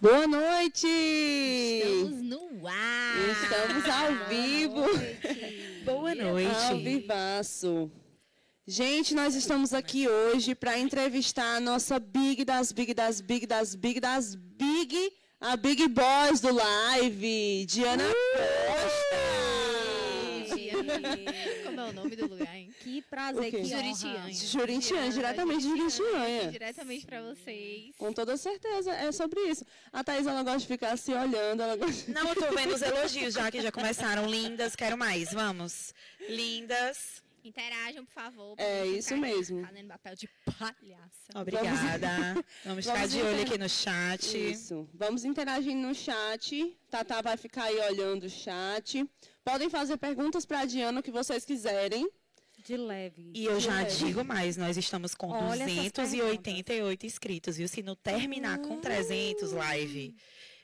Boa noite! Estamos no ar! Estamos ao vivo! Boa Ao vivaço! Gente, nós estamos aqui hoje para entrevistar a nossa Big das Big das Big das Big das Big, a Big Boss do Live, Diana Uh! Costa! Gente, Como é o nome do lugar, hein? Que prazer, O quê? que honra. Juritianha. Jurintiã, diretamente de Jurintiã. Diretamente pra vocês. Com toda certeza, é sobre isso. A Thaís, ela gosta de ficar se olhando, ela gosta... Não, eu tô vendo os elogios já que já começaram. Lindas, quero mais, vamos. Lindas. Interajam, por favor. tá pra É não isso ficar mesmo. Fazendo papel de palhaça. Obrigada. Vamos ficar Vamos de olho entrar. aqui no chat. Isso. Vamos interagir no chat. Tatá vai ficar aí olhando o chat. Podem fazer perguntas para a Diana o que vocês quiserem. De leve. E eu já Olha. digo mais, nós estamos com Olha essas 288 inscritos, viu? Se não terminar com 300 live,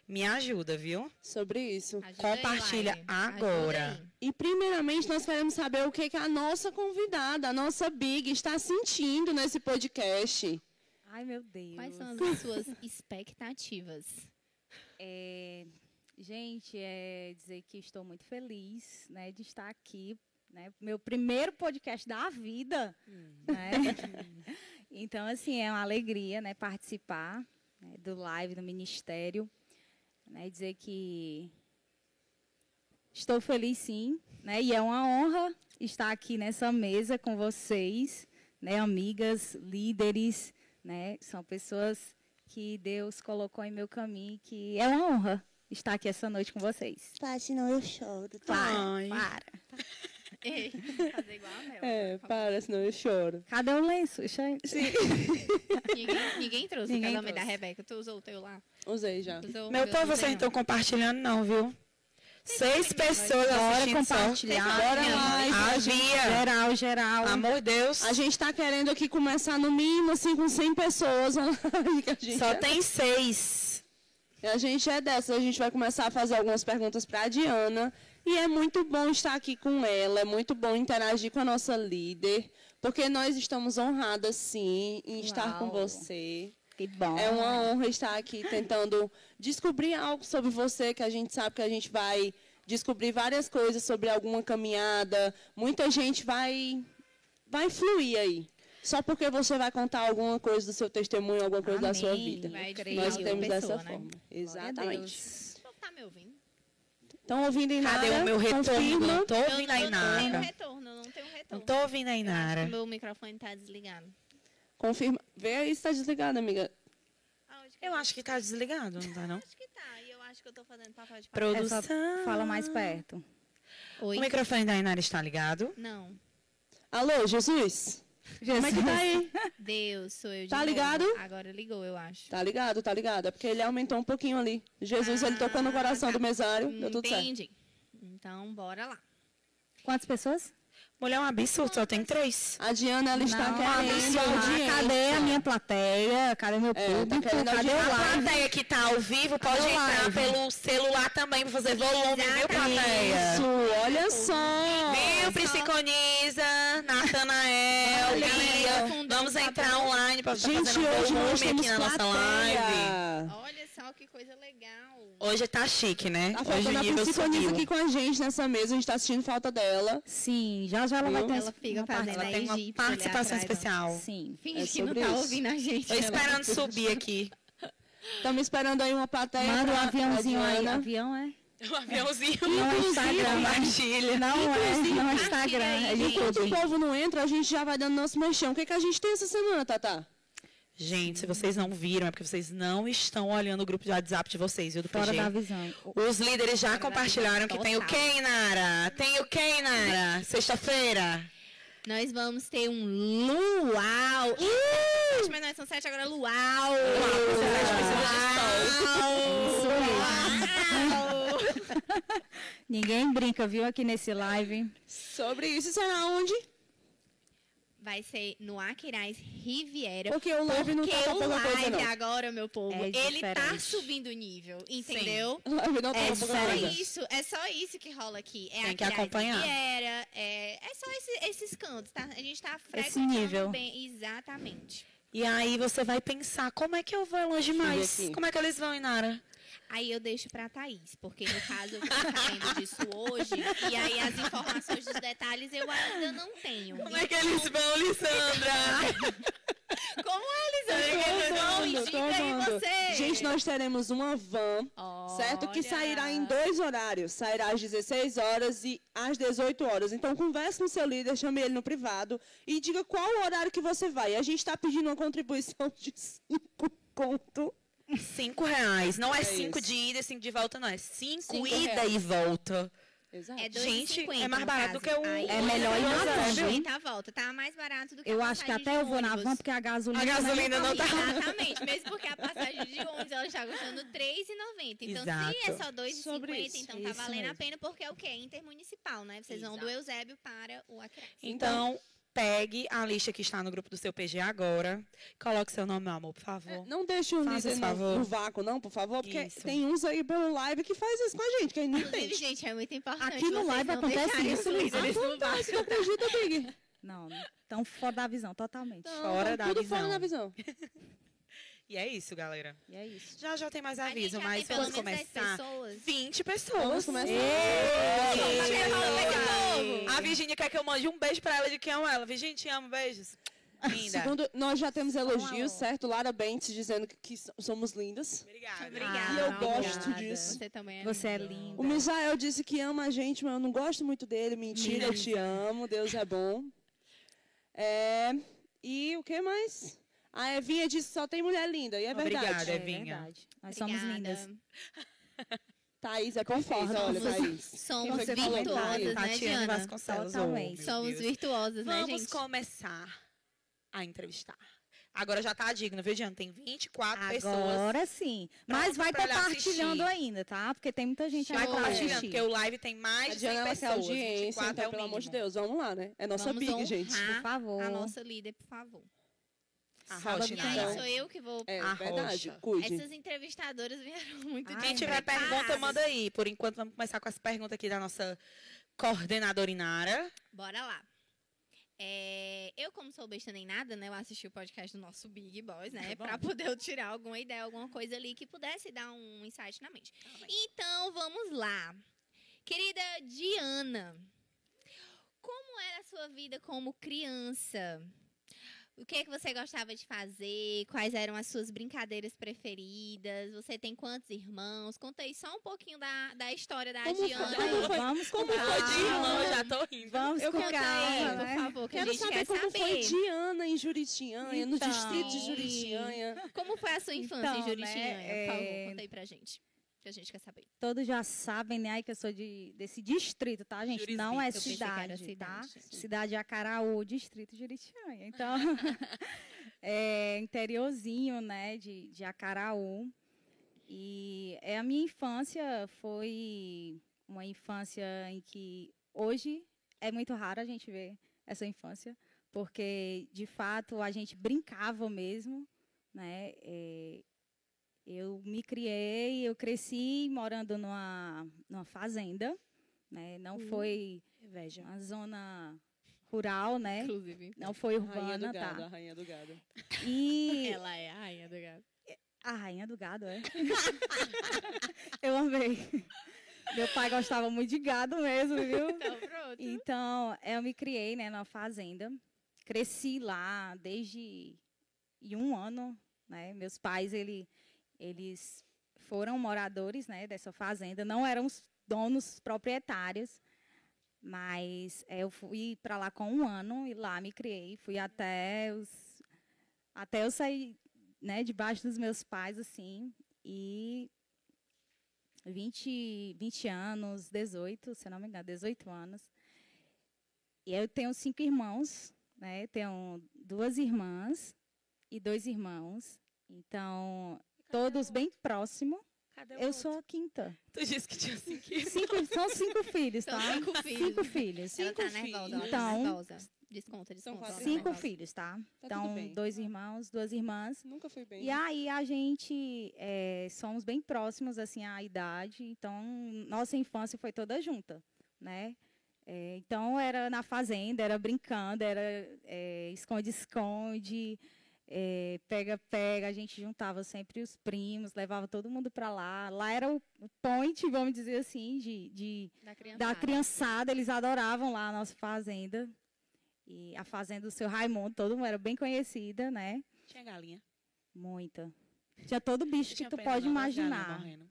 me ajuda, viu? Sobre isso. Ajuda aí, Compartilha Laila. agora. Ajuda aí. E primeiramente nós queremos saber o que, que a nossa convidada, a nossa Big, está sentindo nesse podcast. Ai, meu Deus. Quais são as suas expectativas? É, gente, é dizer que estou muito feliz né, de estar aqui. Né, meu primeiro podcast da vida. né? então, assim, é uma alegria né, participar né, do live do Ministério. Né, dizer que estou feliz, sim. Né, e é uma honra estar aqui nessa mesa com vocês, né, amigas, líderes. Né, são pessoas que Deus colocou em meu caminho, que é uma honra estar aqui essa noite com vocês. Pá, senão eu choro. tá? Ai. para. Ei, fazer igual a Mel. É, para, senão eu choro. Cadê o lenço? Deixa- Ninguém, ninguém trouxe Ninguém o casamento da trouxe. Rebeca. Tu usou o teu lá? Usei já. Usou o Meu povo, não vocês não tem, estão compartilhando, não, viu? Seis tem, mas pessoas Bora assistindo só. compartilhar. Bora Não, lá. Havia. Geral, geral. Amor de Deus. A gente está querendo aqui começar no mínimo assim com 100 pessoas. Que a gente Só é tem seis. E A gente é dessa, a gente vai começar a fazer algumas perguntas para a Diana. E é muito bom estar aqui com ela, é muito bom interagir com a nossa líder, porque nós estamos honradas, sim, em estar com Uau. você. Que bom. É uma honra estar aqui tentando descobrir algo sobre você, que a gente sabe que a gente vai descobrir várias coisas sobre alguma caminhada. Muita gente vai vai fluir aí. Só porque você vai contar alguma coisa do seu testemunho, alguma coisa da sua Amém. é vida. Vai Eu de creio. Nós Outra temos dessa pessoa, né? forma. Glória a Exatamente. Deus. O povo tá me ouvindo? Estão ouvindo em nada? Cadê o meu retorno? Confirma. Não tô ouvindo a eu não tenho Inara. retorno, eu não tenho retorno. Não tô ouvindo a Eu acho que Inara. Meu microfone tá desligado. Confirma. Vê aí se tá desligado, amiga. Aonde Ah, que Eu acho que tá desligado, não tá não? acho que tá. E eu acho que eu tô fazendo papel de papel. Produção. Fala mais perto. Oi? O microfone da Inara está ligado? Não. Alô, Jesus? Como é que tá aí? Deus, sou eu de Tá novo. ligado? Agora ligou, eu acho. Tá ligado, tá ligado. É porque ele aumentou um pouquinho ali. Jesus, ele tocou no coração do mesário. Deu tudo certo. Entendi. Então, bora lá. Quantas pessoas? Mulher é um absurdo, só tem três. A Diana, ela está Não, querendo absurdo. audiência. Cadê a minha plateia? Cadê meu É, tá público? querendo Cadê audiência. o A live? plateia que tá ao vivo pode Alô, entrar live. pelo celular também pra fazer volume, viu, plateia? Isso, olha só. Viu, Psiconiza, Natanael, Olha galera. aí, ó. Vamos entrar online pra estar Gente, tá fazendo hoje volume nós temos aqui na nossa live. plateia. Olha só que coisa legal. Hoje tá chique, né? Tá Hoje faltando o a nível psiconiza subiu. aqui com a gente nessa mesa. A gente tá sentindo falta dela. Sim, já já ela vai Viu? ter Ela uma fica parte- fazendo Ela tem Egípcia ali uma participação atrás, ó. especial. Sim. Finge É que não sobre tá isso. ouvindo a gente. né? Tô esperando subir aqui. Estamos esperando aí uma plateia. Manda pra- o pra aviãozinho aí. Diana. Avião é? O aviãozinho Não é Instagram, mas- compartilha. Não é, não é Instagram, compartilha aí, é gente. Enquanto o YouTube. povo não entra, a gente já vai dando nosso mexão. O que, que a gente tem essa semana, Tatá? Gente, se vocês não viram, é porque vocês não estão olhando o grupo de WhatsApp de vocês, viu, do Fora PG. da visão. Os líderes já compartilharam que tem o Total. quem, Nara? Tem o quem, Nara? Sexta-feira. Nós vamos ter um luau. Sete, Mas nós são sete, agora é luau. Isso mesmo. Luau. Ninguém brinca, viu, aqui nesse live. Sobre isso, será onde? Vai ser no Aquiraz Riviera. Porque o live não tá Porque com o pouca coisa, live não. agora, meu povo, É ele tá diferente. subindo o nível, entendeu? O live não tá É com pouca só coisa. isso, é só isso que rola aqui. É Tem que Aquiraz acompanhar. Riviera, é, é só esse- esses cantos, tá? A gente tá nível. bem, exatamente. E aí você vai pensar, como é que eu vou longe mais? aqui. Como é que eles vão, Inara? Aí eu deixo pra Thaís, porque no caso eu tô sabendo disso hoje. E aí as informações dos detalhes eu ainda não tenho. Como é que eles vão, Lissandra? Como eles Tô andam? andando, tô Diga aí andando. você. Gente, nós teremos uma van, certo? Que Olha. sairá em dois horários. Sairá às 16 horas e às 18 horas. Então, converse com seu líder, chame ele no privado e diga qual o horário que você vai. A gente está pedindo uma contribuição de 5 conto. Cinco reais. Não é, É cinco isso. de ida e cinco de volta, não. É cinco, Cinco ida e volta. Exato. É Gente, 2,50 é mais no caso. barato que o- Aí, É melhor ir na dois van, e viu? cinquenta a volta. Tá mais barato do que Eu a acho que passagem até de eu vou na ônibus. van, porque a gasolina... é A gasolina não tá- Exatamente, mesmo porque a passagem de ônibus ela está custando R$3,90. Então, se é Exato. só Sobre R$2,50, isso, então tá isso valendo a mesmo. pena, porque é o quê? É Intermunicipal, né? Vocês vão do Exato. Eusébio para o Acre. Então, pegue a lista que está no grupo do seu PG agora. Coloque seu nome, meu amor, por favor. Não deixe o Faça líder esse no, favor. no vácuo, não, por favor, porque Isso. tem uns aí pelo live que faz isso com a gente, que a gente não Inclusive, entende. gente, é muito importante. Aqui no vocês live não acontece deixarem isso, os Luiz, outros eles no vácuo. Acontece que eu fugi da Big. Não, estão fora da visão, totalmente. Então, Fora da tudo fora visão. da visão. E é isso, galera. E é isso. Já já tem mais A gente aviso, já tem mas pelo vamos menos dez começar. pessoas. 20 Vamos pessoas. começar. É. Ei! Gente, vamos A Virgínia quer que eu mande um beijo pra ela de quem amo ela. Virgínia, te amo, beijos. Linda. Segundo, nós já temos elogios, alô. certo? Lara Bentes dizendo que, que so- somos lindas. Obrigada. Obrigada. E eu gosto obrigada. disso. Você também é Você é linda. linda. O Misael disse que ama a gente, mas eu não gosto muito dele. Mentira, eu te amo, Deus é bom. É, e o que mais? A Evinha disse que só tem mulher linda, e é verdade. Obrigada, É Evinha. verdade. Nós somos Obrigada. lindas. Thaís é perfeita, Concordo. olha, Thaís. Somos Quem foi que falou? virtuosas, né, Tatiane Diana? Vasconcelos. Totalmente. oh, meu Somos Deus. virtuosas, né, Vamos gente? começar a entrevistar. Agora já tá digno, viu, Diana? Tem 24 pessoas. Agora sim. Mas vai pra ele compartilhando assistir. ainda, tá? Porque tem muita gente Vai agora. compartilhando, Assistir. porque o live tem mais A de 100 Diana ela quer pessoas. audiência, 24 então, é o pelo amor de mínimo. Deus, vamos lá, né? É nossa Vamos big, honrar gente. Por favor. a nossa líder, por favor. A Sábado, Rocha, E então. aí, então. sou eu que vou... É Arrocha. verdade, cuide. Essas entrevistadoras vieram muito Ai, Quem Ai, tiver despreparadas. pergunta, manda aí. Por enquanto, vamos começar com as perguntas aqui da nossa coordenadora Inara. Bora lá. É, eu, como sou besta nem nada, né? Eu assisti o podcast do nosso Big Boss, né? pra poder eu tirar alguma ideia, alguma coisa ali que pudesse dar um insight na mente. Ah, Então, vamos lá. Querida Diana, como era a sua vida como criança? O que é que você gostava de fazer? Quais eram as suas brincadeiras preferidas? Você tem quantos irmãos? Conta aí só um pouquinho da, da história da Como foi? Diana. Como aí. foi? Vamos Como com foi calma. de irmã? eu já tô rindo. Ah, Vamos Eu com Conta calma, aí, né? por favor, que a Quero gente saber quer como saber. foi Diana em Juritianha, no Então. distrito de Juritianha. Como foi a sua infância em Então, Juritianha? né, Por é- favor, conta aí pra gente. Que a gente quer saber. Todos já sabem, né, que eu sou de, desse distrito, tá, gente? Não é Eu pensei que era cidade, tá? cidade. Cidade de Acaraú, distrito de Juritianha. Então, é interiorzinho, né, de, de Acaraú. E é, a minha infância foi uma infância em que hoje é muito raro a gente ver essa infância, porque de fato a gente brincava mesmo, né? É, eu me criei, eu cresci morando numa, numa fazenda, né? Não Hum, foi Inveja. uma zona rural, né? Inclusive. Não foi Rainha do urbana, gado, a tá? rainha do gado. E Ela é a rainha do gato. a rainha do gado, é? eu amei. Meu pai gostava muito de gado mesmo, viu? Então, pronto. Então, eu me criei, né, na fazenda. Cresci lá desde e um ano, né? Meus pais, ele, eles foram moradores, né, dessa fazenda. Não eram os donos proprietários, mas eh, eu fui para lá com um ano e lá me criei. Fui até os até eu sair, né, debaixo dos meus pais, assim. E 20, 20 anos, 18, se eu não me engano, 18 anos. E eu tenho cinco irmãos, né? Tenho duas irmãs e dois irmãos. Então, todos bem próximo. Cadê o Eu outro? sou a quinta. Tu disse que tinha cinco irmãos. Cinco, são cinco filhos, São tá? Então, cinco filhos. Cinco filhos. Ela tá Cinco nervosa, ela tá Então, nervosa. Desconta, são desconta. ela quatro tá Cinco nervosa. filhos, tá? Tá tudo Então, bem. dois irmãos, duas irmãs. Nunca fui bem. E aí a gente eh, somos bem próximos assim à idade, então nossa infância foi toda junta, né? Eh, então era na fazenda, era brincando, era eh, esconde-esconde, é, pega pega, a gente juntava sempre os primos, levava todo mundo para lá. Lá era o o point, vamos dizer assim, de, de- Da criança. da criançada, eles adoravam lá a nossa fazenda. E a fazenda do seu Raimundo, todo mundo era bem conhecida, né? Tinha galinha. Muita. Tinha todo bicho que Tinha tu pena, pode não, das galinhas imaginar. morrendo.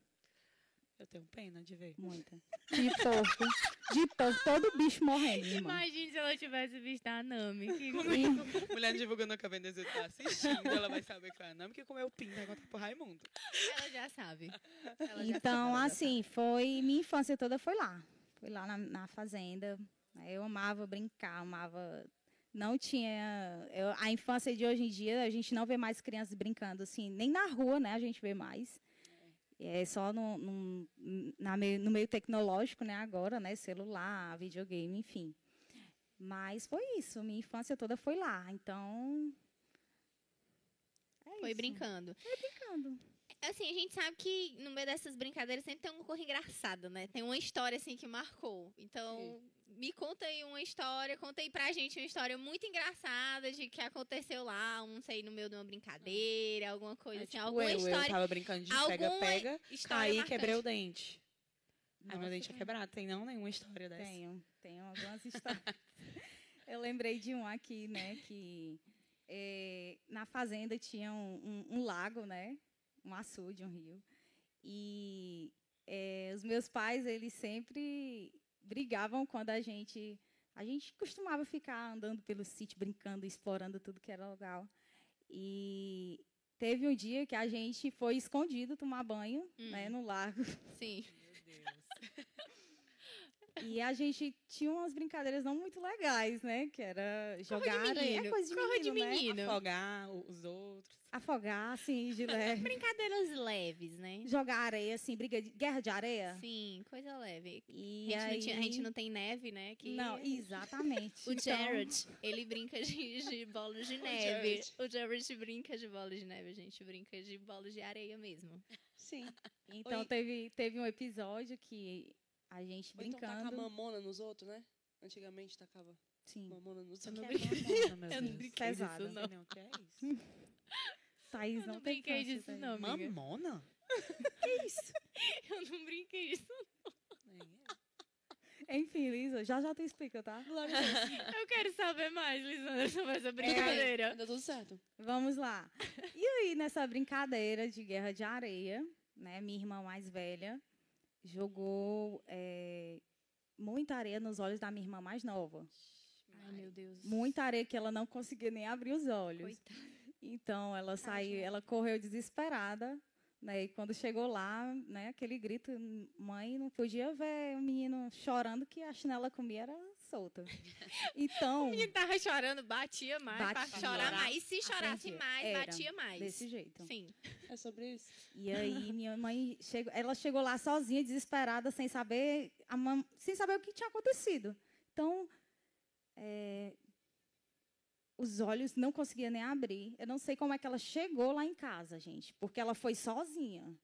Eu tenho pena de ver. Muita. De porco. De porco, todo bicho morrendo. irmã. Imagina se ela tivesse visto a Nami. Que Mulher divulgando a cabine do tá assistindo, ela vai saber qual é o nome que comeu o pinto agora tá pro Raimundo. Ela já sabe. Ela já Então, sabe, ela já assim, foi. Minha infância toda foi lá. Foi lá na, na fazenda. né? Eu amava brincar, amava. Não tinha. eu- a infância de hoje em dia, a gente não vê mais crianças brincando, assim, nem na rua, né? A gente vê mais. É só no, num- na meio, no meio tecnológico, né? Agora, né? Celular, videogame, enfim. Mas foi isso. Minha infância toda foi lá. Então. é sabe. Foi isso. brincando. brincando. Assim, a gente sabe que no meio dessas brincadeiras sempre tem uma coisa engraçada, né? Tem uma história, assim, que marcou. Então, me conta aí uma história, conta aí pra gente uma história muito engraçada de que aconteceu lá, um sei, no meio de uma brincadeira, alguma coisa É, assim, tipo, alguma eu, eu história. tava brincando de alguma pega-pega, história caí e marcante. quebrei o dente. Aí meu Nossa. né? dente é quebrado. Tem não nenhuma história dessa. Tenho, tenho algumas histórias. Eu lembrei de um aqui, né, que eh, na fazenda tinha um, um- um lago, né, um açude, um rio, e eh, os meus pais, eles sempre brigavam quando a gente... A gente costumava ficar andando pelo sítio, brincando, explorando tudo que era legal. E teve um dia que a gente foi escondido tomar banho, né, Hum. no lago. Sim. E a gente tinha umas brincadeiras não muito legais, né? Que era jogar de areia. menino, É coisa de corra menino, de né? menino. Afogar o- os outros. Afogar, assim, de leve. Brincadeiras leves, né? jogar areia, assim, briga de, guerra de areia. Sim, coisa leve. A E gente, aí... não tinha- a gente não tem neve, né? Que Não, exatamente. O Então, Jared, ele brinca de, de bola de neve. O Jared brinca de bola de neve, a gente brinca de bola de areia mesmo. Sim. Então Oi. teve, teve um episódio que a gente Ou então tá tacar brincando. mamona nos outros, né? Antigamente tacava sim, mamona nos Eu outros. não brinquei. é Mamona, meu Eu não Deus. brinquei Pesado. disso, Não sei nem o que é isso. Thaís Eu não, não tem né? brinquei infância, disso, Thaís. não. Amiga. Mamona? É Eu não brinquei disso. Enfim, Lisa, já já tu explica, tá? Eu quero saber mais, Lisandra, sobre essa Brincadeira. brincadeira. Ainda tudo certo. Vamos lá. E aí, nessa brincadeira de guerra de areia, né? Minha irmã mais velha jogou eh, muita areia nos olhos da minha irmã mais nova. Ai, meu Deus. Muita areia que ela não conseguia nem abrir os olhos. Coitada. Então ela saiu, ela correu desesperada, né? E quando chegou lá, né, aquele grito, mãe, não podia ver o menino chorando que a chinela comia era solta. Então, Ele tava chorando, batia mais. Batia. pra Chorar chorar. mais. Se chorasse Aprendia. mais, Era batia mais. desse jeito. Sim. É sobre isso. E aí minha mãe chegou, ela chegou lá sozinha, desesperada, sem saber, a mam- sem saber o que tinha acontecido. Então, eh, os olhos não conseguia nem abrir. Eu não sei como é que ela chegou lá em casa, gente, porque ela foi sozinha.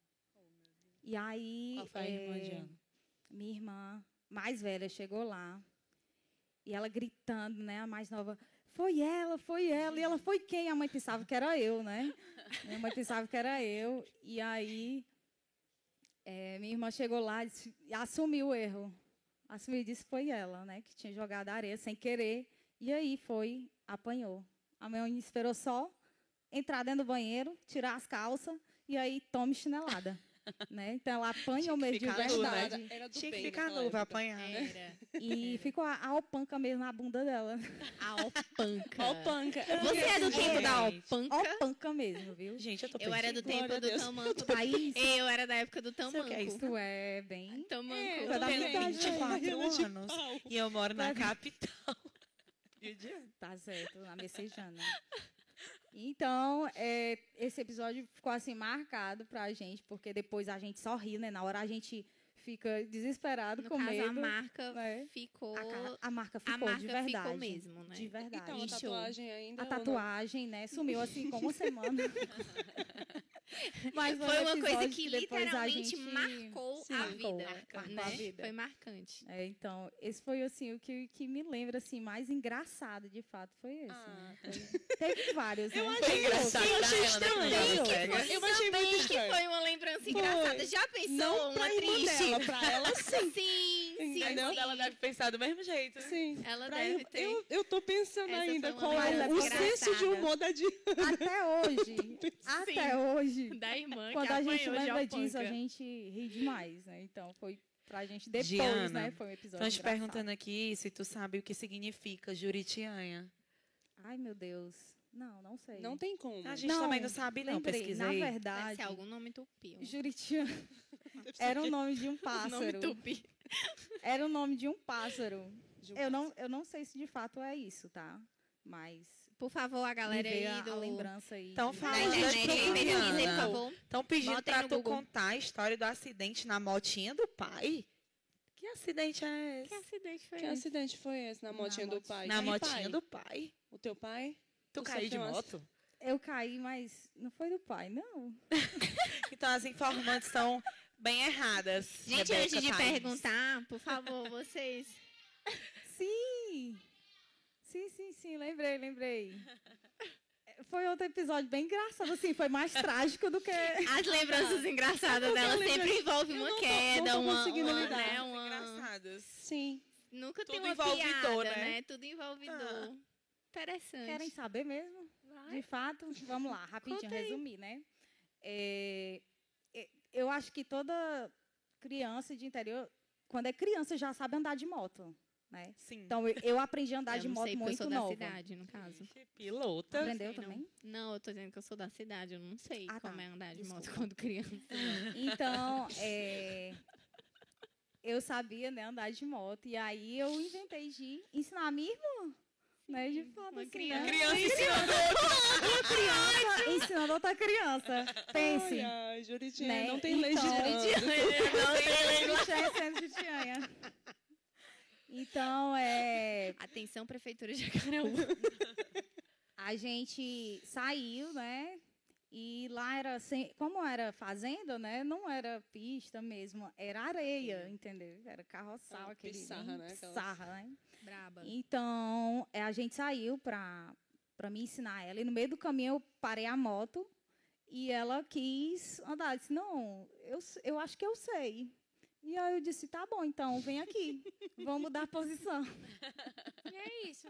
E aí, Oh, Qual foi a irmã eh, de Ana? minha irmã mais velha chegou lá e ela gritando, né? A mais nova, foi ela, foi ela. E ela foi quem? A mãe pensava que era eu, né? Minha mãe pensava que era eu. E aí, eh, minha irmã chegou lá e disse- e assumiu o erro. Assumiu e disse foi ela, né? Que tinha jogado areia sem querer. E aí foi, apanhou. A mãe esperou só entrar dentro do banheiro, tirar as calças e aí tome chinelada. né? Então ela apanhou mesmo de ficar nu, né? verdade. Era do Tinha que bem ficar naquela nu, vai época. apanhar, né? Era. E ficou a, a alpanca mesmo na bunda dela. A Alpanca. Ó, panca. Você é do tempo da Gente. Alpanca? Alpanca mesmo, viu? Gente, eu tô Eu era do perdida. tempo Glória a do Deus. tamanco. Aí Eu era da época do o que é tamanco. isso é bem. Tamanco. Eu da tenho minha idade, 24 anos e eu moro na Tá. capital. Tá certo, na Messejana. Então, é, esse episódio ficou assim marcado pra gente, porque depois a gente só ri, né? Na hora a gente fica desesperado No com caso, medo. a marca né? ficou... A ca- a marca ficou A marca de ficou verdade. mesmo, né? De verdade. Então, a Ixi, tatuagem ainda. a ou não? tatuagem, né? Sumiu assim com uma semana. Mas Foi um uma coisa episódio que depois a literalmente gente- marcou a marcou, vida. marcou né? a vida. Foi marcante. É, então, esse foi assim, o que, que me lembra assim, mais engraçado, de fato, foi esse. né? Teve vários, né? Foi engraçado um eu pra achei ela, né, quando estranho. ela Eu pega. Mas Eu achei também muito que estranho. foi uma lembrança engraçada. Já pensou Não uma pra irmã triste? dela, pra ela Sim, sim, sim. Entendeu? sim. Ela deve pensar do mesmo né? jeito. sim. Ela Pra deve irmã- ter. eu, eu tô pensando Essa ainda foi uma qual é lembrança o senso de engraçada. humor da Dilma. Até hoje, Sim. até hoje, Da irmã quando que a gente apanhou de lembra disso, a alpanca. gente ri demais, né? Então, foi pra gente depois, Diana, então né? Foi um episódio Estão te engraçado. perguntando aqui se tu sabe o que significa juritianha. Ai, meu Deus. Não, não sei. Não tem como. Ah, A gente Não, também não sabe, não. Lembrei, na Pesquisei. Deve verdade, ser algum nome tupiu. Juritiana era o nome de um Nome pássaro. tupi. Era o nome de um pássaro. De um Eu não, eu não sei se de fato é isso, tá? Mas Por favor, a me galera aí veio a, do... a lembrança aí. Então de- fala, da Falando internet, das aí, Juliana. pesquisem, por favor. Estão pedindo Botem pra no tu Google. contar a história do acidente na motinha do pai. Que acidente é esse? Que acidente foi Que esse? acidente foi esse na motinha do motinha. pai? Na E motinha pai? do pai. O teu pai? Tu Tu caiu de sofreu um moto? Eu caí, mas não foi do pai, não. Então as informantes estão bem erradas. Gente, Rebeca tá? antes de Paes. perguntar, por favor, vocês... Sim! Sim, sim, sim, lembrei, lembrei. É, Foi outro episódio bem engraçado, assim, foi mais trágico do que. As lembranças engraçadas dela sempre envolvem uma queda, tô uma, conseguindo uma, lidar. né, uma- Engraçadas. Sim. Nunca tem É Tudo uma envolve piada, dor, né? né? Tudo envolve Ah. dor. Interessante. Querem saber mesmo? De fato, vamos lá, rapidinho, Conta aí. resumir, né? É, é, eu acho que toda criança de interior, quando é criança, já sabe andar de moto, né? Sim. Então, eu, eu aprendi a andar Eu de não moto sei, porque eu muito sou da nova. cidade, no caso. Que pilota. Aprendeu sei, não. também? Não, eu tô dizendo que eu sou da cidade, eu não sei Ah, tá. como é andar de moto Desculpa. quando criança. Então, é, eu sabia, né, andar de moto. E aí, eu inventei de ensinar a minha irmã, né? De fato, Uma assim, criança. né? Criança ensinando. Uma criança ensinando outra criança. Pense. Olha, Juritinha, Né? não tem lei de Então- é trânsito. Juritiaia sendo Juritiaia. né? Então, é, Atenção, prefeitura de Acaraú. a gente saiu, né? E lá era, sem, como era fazenda, né? Não era pista mesmo, era areia, entendeu? Era carroçal, Era aquele pissarra, né? Aquelas- Pissarra, né? Braba. Então, é, a gente saiu pra, pra me ensinar ela. E no meio do caminho eu parei a moto e ela quis andar. Eu disse, não, eu, s- eu acho que eu sei. E aí eu disse, tá bom, então vem aqui. Vamos mudar a posição. E é isso.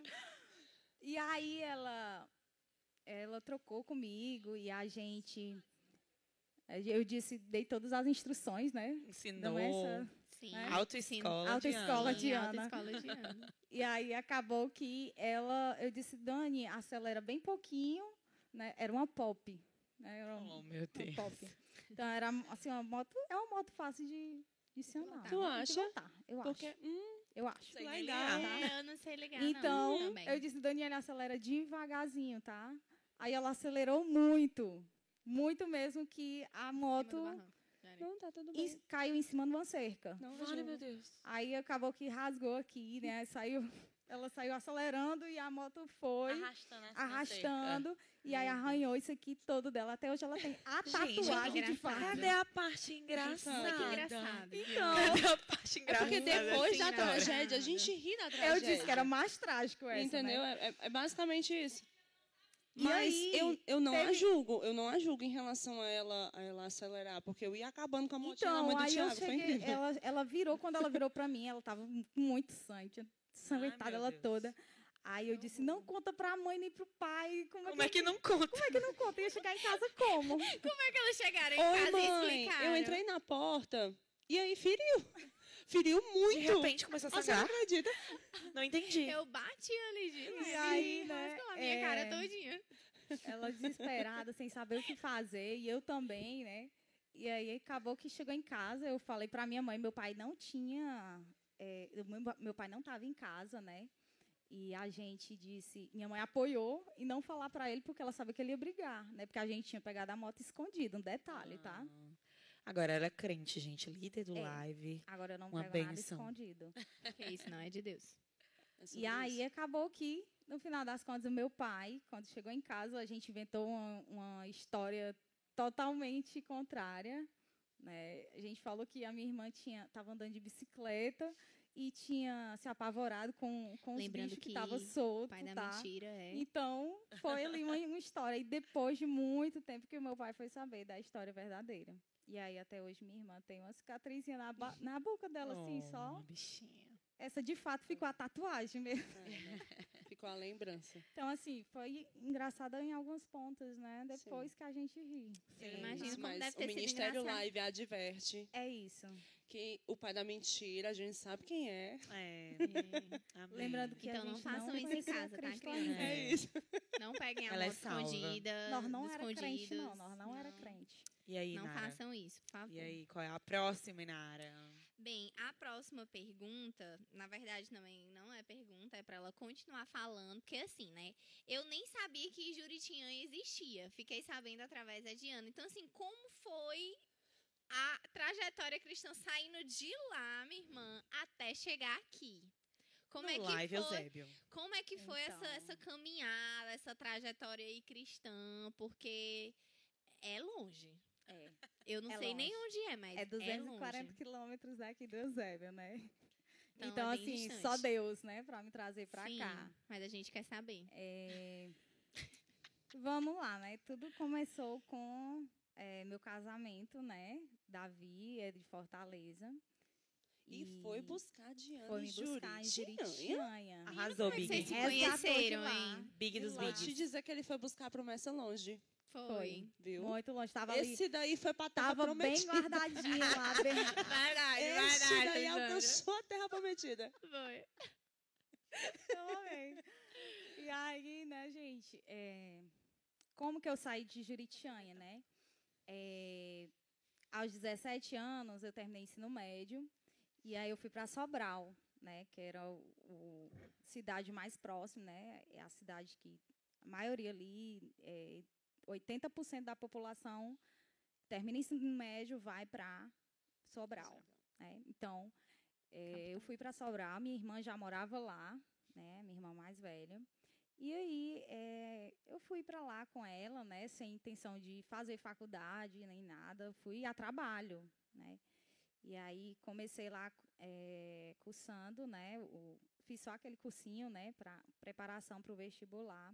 E aí ela, ela trocou comigo e a gente... Eu disse, dei todas as instruções, né? Ensinou. Não é essa. Sim. É. Autoescola. Autoescola Diana. de Ana. Autoescola de Ana. E aí acabou que ela, eu disse, Dani, acelera bem pouquinho, né? Era uma pop, né? Era um- Oh, meu uma Deus. pop. Então era assim uma moto, é uma moto fácil de de se andar. Tu né? acha? De voltar, eu Porque, acho. hum, Eu acho. Sei nem legal. ligar. É, eu não sei ligar, Então, não. também. eu disse, Daniela, acelera devagarzinho, tá? Aí ela acelerou muito. Muito mesmo que Em a cima do moto barranco. não, tá tudo e- bem. caiu em cima de uma cerca. Não, Olha, Júlia. meu Deus. Aí acabou que rasgou aqui, né? Saiu, ela saiu acelerando e a moto foi. Arrastando. essa cerca. arrastando e aí arranhou isso aqui todo dela. Até hoje ela tem a Gente, tatuagem de engraçado. fato. Cadê é a parte engraçada? engraçada? Olha que engraçado. Então, Cadê a parte É porque engraçada? depois da assim, não. tragédia, a gente ri da tragédia. Eu disse que era mais trágico essa, Entendeu? Né? É, é- é basicamente isso. E Mas aí, eu, eu não a teve- julgo, eu não a julgo em relação a ela, a ela acelerar, porque eu ia acabando com a motinha na Então, mãe do aí eu Thiago, foi cheguei, incrível. ela, ela virou, quando ela virou pra mim, ela tava com muito sangue, tinha sanguentada meu ela Deus. toda. Aí eu disse, não conta pra mãe nem pro pai, como é, Como é que, que não conta? como é que não conta? Eu Ia chegar em casa como? Como é que elas chegaram em Oi, casa e mãe, explicaram? eu entrei na porta e aí feriu. Feriu muito. De repente começou a Ah, Você não né? sangrar. acredita? Não entendi. Eu bati ali de E aí, né, rasgou a minha é, cara todinha. Ela desesperada, sem saber o que fazer, e eu também, né? E aí acabou que chegou em casa, eu falei pra minha mãe, meu pai não tinha. eh, o meu, meu pai não estava em casa, né? E a gente disse, minha mãe apoiou e não falar pra ele porque ela sabia que ele ia brigar, né? Porque a gente tinha pegado a moto escondida, um detalhe, tá? Ah. Agora ela é crente, gente. Líder do É. live. Agora eu não Ah. Uma pego nada benção. escondido. Que isso, não é de Deus. E é aí acabou que, no final das contas, o meu pai, quando chegou em casa, a gente inventou uma, uma história totalmente contrária. Né? A gente falou que a minha irmã tinha estava andando de bicicleta e tinha se apavorado com, com os Lembrando bichos que que estavam O soltos. pai da tá? mentira é. Então, foi ali uma, uma história. E depois de muito tempo que o meu pai foi saber da história verdadeira. E aí, até hoje, minha irmã tem uma cicatrizinha na, ba- na boca dela, Oh, assim, Oh. só. Bichinha. Essa, de fato, ficou a tatuagem mesmo. Ficou a lembrança. Então, assim, foi engraçada em alguns pontos, né? Depois que a gente ri. Eu imagino como mas deve o ter sido Ministério engraçado. Live adverte É isso. que o pai da mentira, a gente sabe quem é. É. Amém. Lembrando que a Então, gente não façam isso em conhecia casa, tá, Cristo criança? ainda. É. isso. Não peguem a Ela é moto salva. escondida. Nós não dos era crente, não. escondidos. Nós não, era crente. E aí, Não Nara? façam isso, por favor. E aí, qual é a próxima, Inara? Bem, a próxima pergunta, na verdade também não é pergunta, é pra ela continuar falando, porque assim, né? Eu nem sabia que Juritinã existia, fiquei sabendo através da Diana. Então, assim, como foi a trajetória cristã saindo de lá, minha irmã, até chegar aqui? Como No é que live, foi? Eusébio. Como é que foi essa, Então. essa caminhada, essa trajetória aí cristã? Porque é longe. É. Eu não É sei nem longe. onde é, mas É é 240 longe. quilômetros daqui do Eusébio, né? Então, Então, é bem assim, distante. só Deus, né? Pra me trazer pra Sim, cá. Mas a gente quer saber. É, Vamos lá, né? Tudo começou com é, meu casamento, né? Davi é de Fortaleza. E foi buscar Diana foi me em Juriti. buscar em Juritinha. Como é Arrasou, que Big. vocês se Resgatou de conheceram, lá. hein? Big dos lá. Vou te Bigs. dizer que ele foi buscar promessa longe, Foi. Foi. viu? Muito longe, tava ali. Esse daí foi pra terra Tava bem prometida. guardadinho lá. Bem... Verdade, Esse daí é tá alcançou a terra prometida. Foi. Eu amei. E aí, né, gente, é, como que eu saí de Juritianha, né? É, aos 17 anos, eu terminei ensino médio, e aí eu fui para Sobral, né, que era o, o cidade mais próxima, né, é a cidade que a maioria ali, é, 80% da população termina ensino médio, vai para Sobral, né? Então, é, eu fui para Sobral, minha irmã já morava lá, né, minha irmã mais velha. E aí é, eu fui para lá com ela, né, sem intenção de fazer faculdade nem nada, fui a trabalho, né. E aí comecei lá é, cursando, né, o, fiz só aquele cursinho, né, para preparação para o vestibular.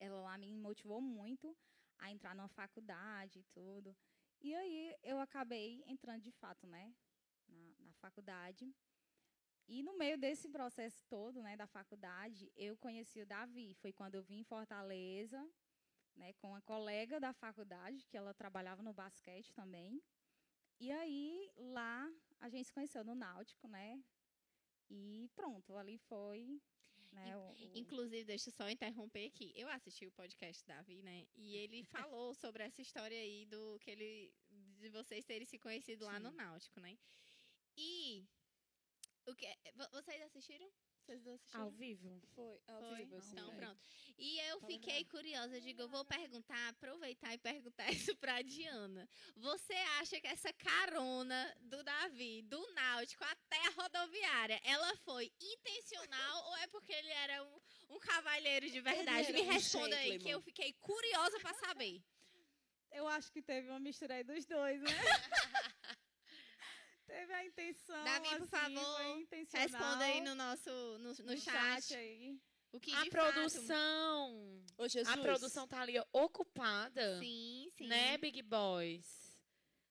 Ela lá me motivou muito a entrar numa faculdade e tudo. E aí eu acabei entrando de fato, né, na, na faculdade. E no meio desse processo todo, né, da faculdade, eu conheci o Davi. Foi quando eu vim em Fortaleza, né, com uma colega da faculdade, que ela trabalhava no basquete também. E aí, lá, a gente se conheceu no Náutico, né? E pronto, ali foi, né, o- o- Inclusive, deixa eu só interromper aqui. Eu assisti o podcast Davi, né? E ele falou sobre essa história aí do que ele de vocês terem se conhecido lá no Náutico, né? E o que vo- vocês assistiram? Vocês dois assistiram? vivo. Foi, ao Foi? vivo, assim, Então, né? pronto. E eu Fala a fiquei curiosa, eu digo, eu vou perguntar, aproveitar e perguntar isso pra Diana. Você acha que essa carona do Davi, do Náutico até a rodoviária, ela foi intencional ou é porque ele era um, um cavalheiro de verdade? era Me um responda aí, que gentleman. eu fiquei curiosa pra saber. Eu acho que teve uma mistura aí dos dois, né? teve a intenção, Davi, por assim, favor, foi intencional. Responda aí no nosso no, no é no chat. aí. O que A de fato- produção. Ô, Jesus. A produção tá ali ó, ocupada. Sim, sim. Né, Big Boys?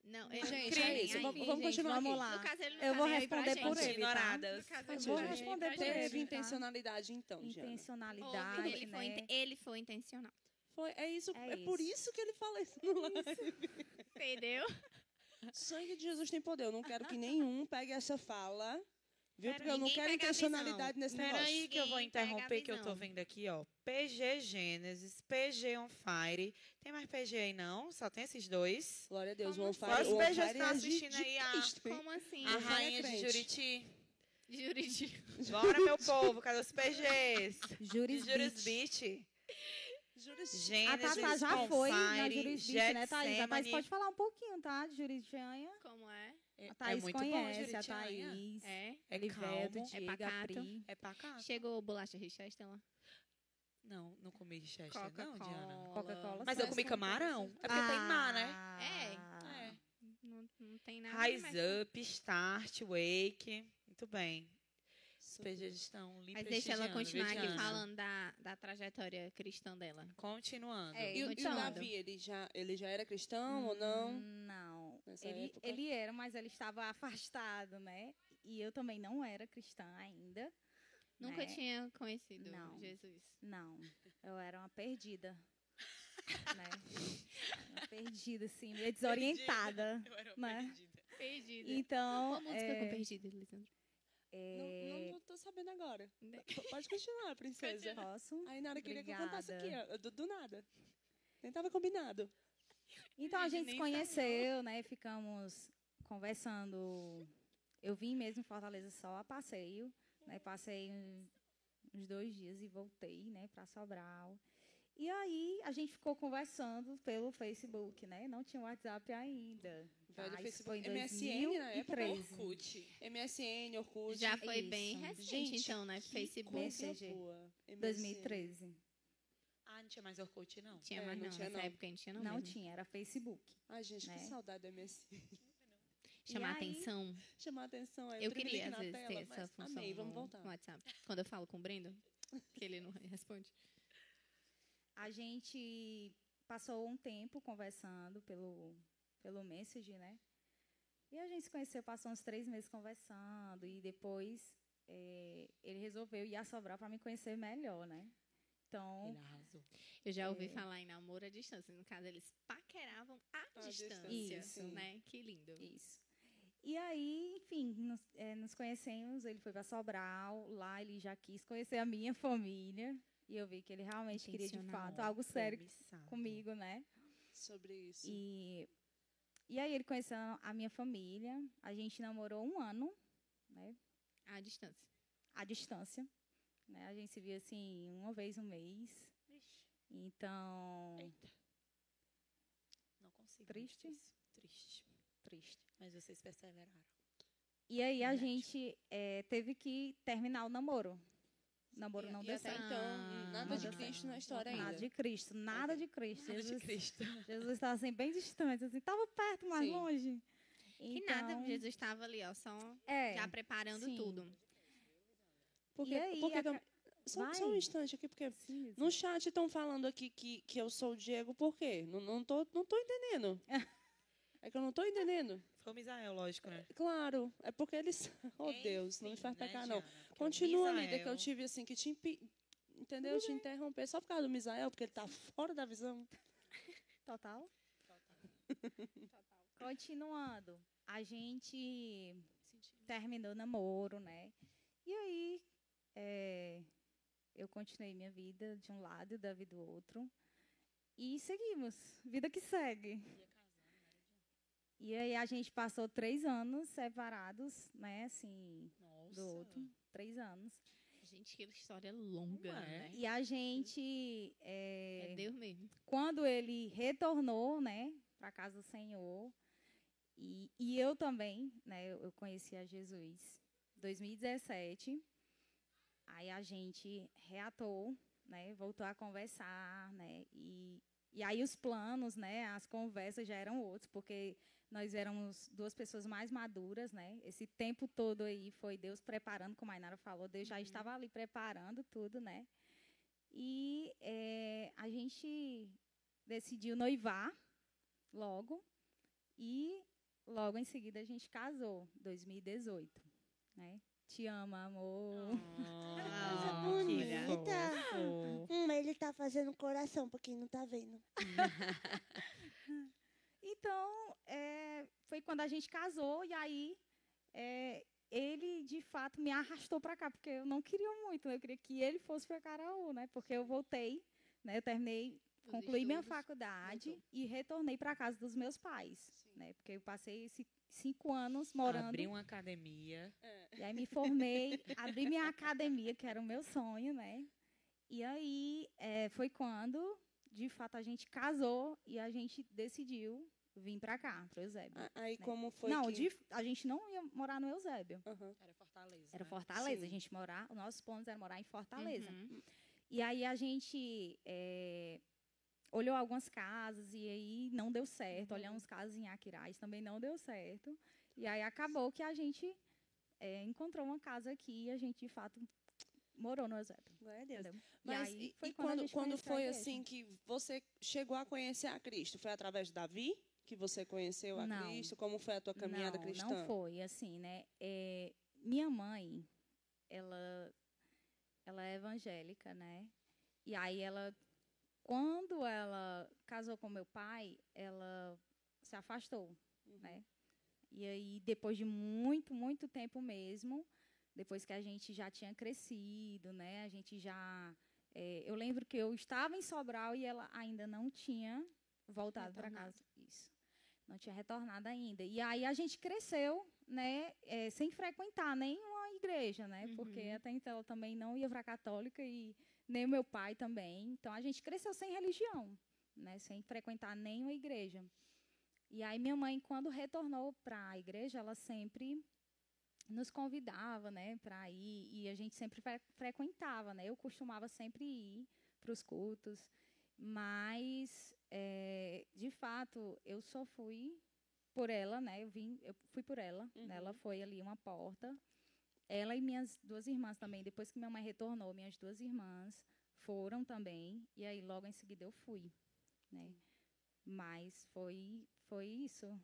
Não, eu- Gente, nem é isso. aí. Vamos, vamos continuar vamos aqui. lá. No caso, ele não Eu tá vou nem aí pra responder gente. por ele, tá? Ignoradas. No caso, Eu ele vou não tá nem aí pra responder por gente. ele. Teve tá? intencionalidade, então, Diana. Intencionalidade, Houve, ele, foi, né? inten- ele foi intencional. Foi, é isso, É é, por isso. É isso que ele fala isso no live. Entendeu? Sangue de Jesus tem poder. Eu não quero que nenhum pegue essa fala, viu? Pera, Porque eu não ninguém quero pega a intencionalidade nesse negócio. Sim, Peraí que eu vou pega a interromper, que eu visão. tô vendo aqui, ó. PG Gênesis, PG On Fire. Tem mais PG aí, não? Só tem esses dois. Glória a Deus, Como o assim? Onfire, Os o beijos Onfire estão é de, assistindo de aí a- Cristo, hein? Como assim? A Onfire é rainha de crente. Juriti. Juridinho. Bora, meu povo, cadê os PGs? Juris Juris Beat. Beat. Juris- A Gênesis, Tatá Ah, tá, já On foi na Fire, Juris Beat, Jet né, Thaís? A Thaís Semani. pode falar um pouquinho, tá? De Juritianha. Como é? A Thaís muito bom, conhece, a Juritianha. Thaís. É. É Liveto, calmo, Diego, a pacato. Pri. Ah, tá. é pacato. Chegou o Bolacha Richard, estão lá. Não, não comi Chester, não, Diana. Coca-Cola. Coca-Cola. Mas eu comi camarão. É porque tem mar, né? Ah. É. É. Não, não tem nada. Rise mas- Up, Start, Wake. Muito bem. Os PGs estão limpos. Mas deixa ela continuar aqui falando da, da trajetória cristã dela. Continuando. E, É, o- e o Continuando. Davi, ele já, ele já era cristão ou não? Não. Nessa Ele, época? ele era, mas ele estava afastado, né? E eu também não era cristã ainda. Nunca né? tinha conhecido Não. Jesus. Não. Eu era uma perdida. né? Uma perdida, assim, meio desorientada. Eu era Né? perdida. Perdida. Então. Qual música com é, Perdida, Elisandro? Não, não, é, Né? não tô sabendo agora. P- Pode continuar, princesa. Posso? Aí na hora queria que eu cantasse aqui, Obrigada. ó, do, do nada. Nem tava combinado. Então a Gente, gente nem se conheceu, né? Ficamos conversando. Eu vim mesmo em Fortaleza só a passeio, né? Passei um- uns dois dias e voltei, né, para Sobral. E aí a gente ficou conversando pelo Facebook, né? Não tinha WhatsApp ainda. Velho tá? Facebook, Isso foi em MSN na época, 2013. MSN, Orkut. Já foi isso. bem recente, Gente, então, né? que Facebook. coisa Messenger. boa. MSN. 2013. Ah, não tinha mais Orkut, não. Tinha, É, mas não não. tinha, Nessa não. época a gente tinha, não. Não mesmo. tinha, era Facebook. Ai, gente, Né? que saudade do MSN. Chamar E aí- atenção. Chamar atenção. Aí Eu tremelique queria, às na vezes, tela, ter essa mas função Amei, vamos no voltar. WhatsApp. Quando eu falo com o Brendo, que ele não responde. A gente passou um tempo conversando pelo, pelo Message, né? E a gente se conheceu, passou uns três meses conversando. E depois eh, ele resolveu ir a Sobral para me conhecer melhor, né? Então, Ele arrasou. Eu já ouvi falar em namoro à distância. No caso, eles paqueravam à É. À distância. distância, sim. né? Que lindo. isso. E aí, enfim, nos, eh, nos conhecemos. Ele foi para Sobral. Lá ele já quis conhecer a minha família. E eu vi que ele realmente queria, de Intencional. fato, algo sério Promissado. comigo, né? Sobre isso. E, e aí ele conheceu a minha família. A gente namorou um ano, né? À distância. À distância. Né? A gente se via assim uma vez no mês. Então. Eita. Não consigo. Triste? isso. Triste. Triste. Mas vocês perseveraram. E aí a Verdade. gente eh, teve que terminar o namoro. O namoro E- não e deu até certo. então, nada de Não deu Cristo na certo. história ainda. Nada de Cristo, nada de Cristo. Jesus, Cristo. Jesus estava assim, bem distante, assim, estava perto, mas Sim. longe. Que Então, nada, Jesus estava ali, ó, só É, já preparando sim. tudo. Porque, E aí, porque a ca- eu- só, Vai. só um instante aqui, porque sim, sim. no chat estão falando aqui que, que eu sou o Diego, por quê? Não, não, tô, não tô entendendo. É que eu não tô entendendo. Foi o Misael, lógico, né? Claro, é porque eles. Oh, Deus, não me Enfim, faz pra né, cá, não. é Diana? Porque o Continua, Misael- líder, que eu tive assim, que te impi... Uhum. Entendeu? Te interromper só por causa do Misael, porque ele tá fora da visão. Total? Continuando, a gente terminou o namoro, né? E aí, eh, eu continuei minha vida de um lado e o Davi do outro. E seguimos, vida que segue. E aí, a gente passou três anos separados, né? Assim, Nossa. do outro. Três anos. Gente, que história longa, Não é? né? E a gente. eh, É Deus mesmo. quando ele retornou, né, para casa do Senhor, e, e eu também, né, eu, eu conheci a Jesus 2017. Aí a gente reatou, né, voltou a conversar, né, e, e aí os planos, né, as conversas já eram outros, porque nós éramos duas pessoas mais maduras, né? Esse tempo todo aí foi Deus preparando, como a Inara falou, Deus já estava ali preparando tudo, né? E eh, a gente decidiu noivar logo e logo em seguida a gente casou, 2018, né? Te ama, amor. Ah, Coisa que bonita. fofo. Hum, ele tá fazendo coração pra quem não tá vendo. Então, eh, foi quando a gente casou e aí eh, ele de fato me arrastou para cá, porque eu não queria muito, né? eu queria que ele fosse para Caraú, né? Porque eu voltei, né? Eu terminei Os concluí minha estudos. faculdade voltou. e retornei para casa dos meus pais, né? Porque eu passei esse- cinco anos morando Abriu uma academia. e aí me formei, abri minha academia que era o meu sonho, né? E aí eh, foi quando de fato a gente casou e a gente decidiu vir para cá, pro Eusébio. A- Aí como Ah, foi não, que... de f- a gente não ia morar no Eusébio. Aham. Era Fortaleza. né? Era Ah, Sim. Fortaleza, a gente morar, o nosso plano era morar em Fortaleza. Uhum. E aí a gente é, olhou algumas casas e aí não deu certo. Uhum. Olhamos casas em Aquiraz, também não deu certo. E aí acabou que a gente é, encontrou uma casa aqui e a gente, de fato, morou no Eusébio. Glória a é Deus. Entendeu? Mas e e, aí foi e quando a quando, gente quando conheceu a foi igreja. assim que você chegou a conhecer a Cristo? Foi através de Davi que você conheceu a Não. Cristo? Como foi a tua caminhada não, cristã? Não foi, assim, né? É, minha mãe, ela, ela é evangélica, né? E aí ela, quando ela casou com meu pai, ela se afastou, né? E aí, depois de muito, muito tempo mesmo, depois que a gente já tinha crescido, né? A gente já... é, eu lembro que eu estava em Sobral e ela ainda não tinha voltado para Retornado. casa. Isso não tinha retornado ainda. E aí a gente cresceu, né, eh, sem frequentar nenhuma igreja, né, porque até então ela também não ia para católica e nem o meu pai também. Então a gente cresceu sem religião, né, sem frequentar nenhuma igreja. E aí minha mãe, quando retornou para a igreja, ela sempre nos convidava, né, para ir e a gente sempre fre- frequentava, né. Eu costumava sempre ir para os cultos, mas eh, de fato eu só fui por ela, né? Eu vim, eu fui por ela. né, Ela foi ali uma porta. Ela e minhas duas irmãs também. Depois que minha mãe retornou, minhas duas irmãs foram também. E aí logo em seguida eu fui, né? Mas foi foi isso.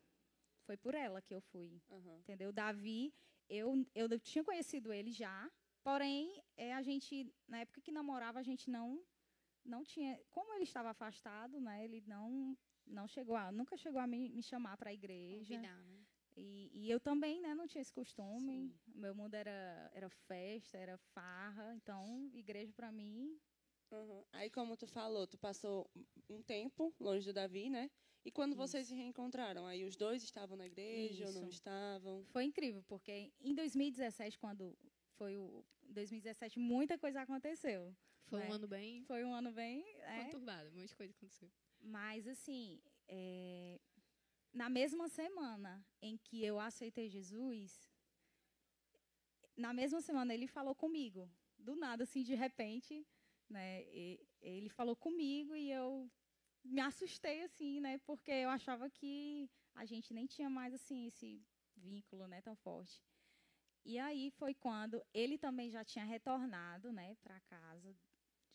Foi por ela que eu fui Aham. entendeu? Davi, eu, eu não tinha conhecido ele já, porém, é, a gente, na época que namorava, a gente não, não tinha, como ele estava afastado, né, ele não, não chegou a, nunca chegou a me, me chamar para a igreja. Convidar, né? E, e eu também, né, não tinha esse costume, meu mundo era, era festa, era farra, então, igreja para mim, Aham. Aí, como tu falou, tu passou um tempo longe do Davi, né? E quando vocês se reencontraram? Aí os dois estavam na igreja ou não Isso. estavam? foi incrível, porque em 2017, quando foi o 2017, muita coisa aconteceu. Foi um né? ano bem Foi um ano bem, né? conturbado, um monte de coisa aconteceu. Mas, assim, é, na mesma semana em que eu aceitei Jesus, na mesma semana ele falou comigo. Do nada, assim, de repente, né? e- ele falou comigo e eu me assustei, assim, né? Porque eu achava que a gente nem tinha mais, assim, esse vínculo, né? Tão forte. E aí foi quando ele também já tinha retornado, né? Para casa de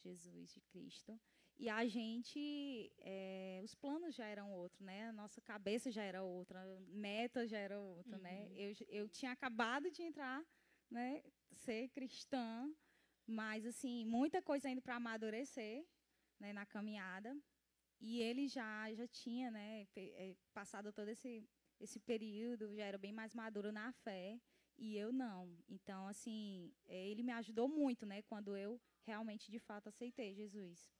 Jesus de Cristo. E a gente, eh, os planos já eram outros, né? A nossa cabeça já era outra, a meta já era outra, né? Eu, j- eu tinha acabado de entrar, né? Ser cristã, mas assim muita coisa ainda para amadurecer, né? Na caminhada. E ele já já tinha, né? pe- eh, Passado todo esse esse período, já era bem mais maduro na fé e eu não. Então assim, eh, ele me ajudou muito, né? Quando eu realmente de fato aceitei Jesus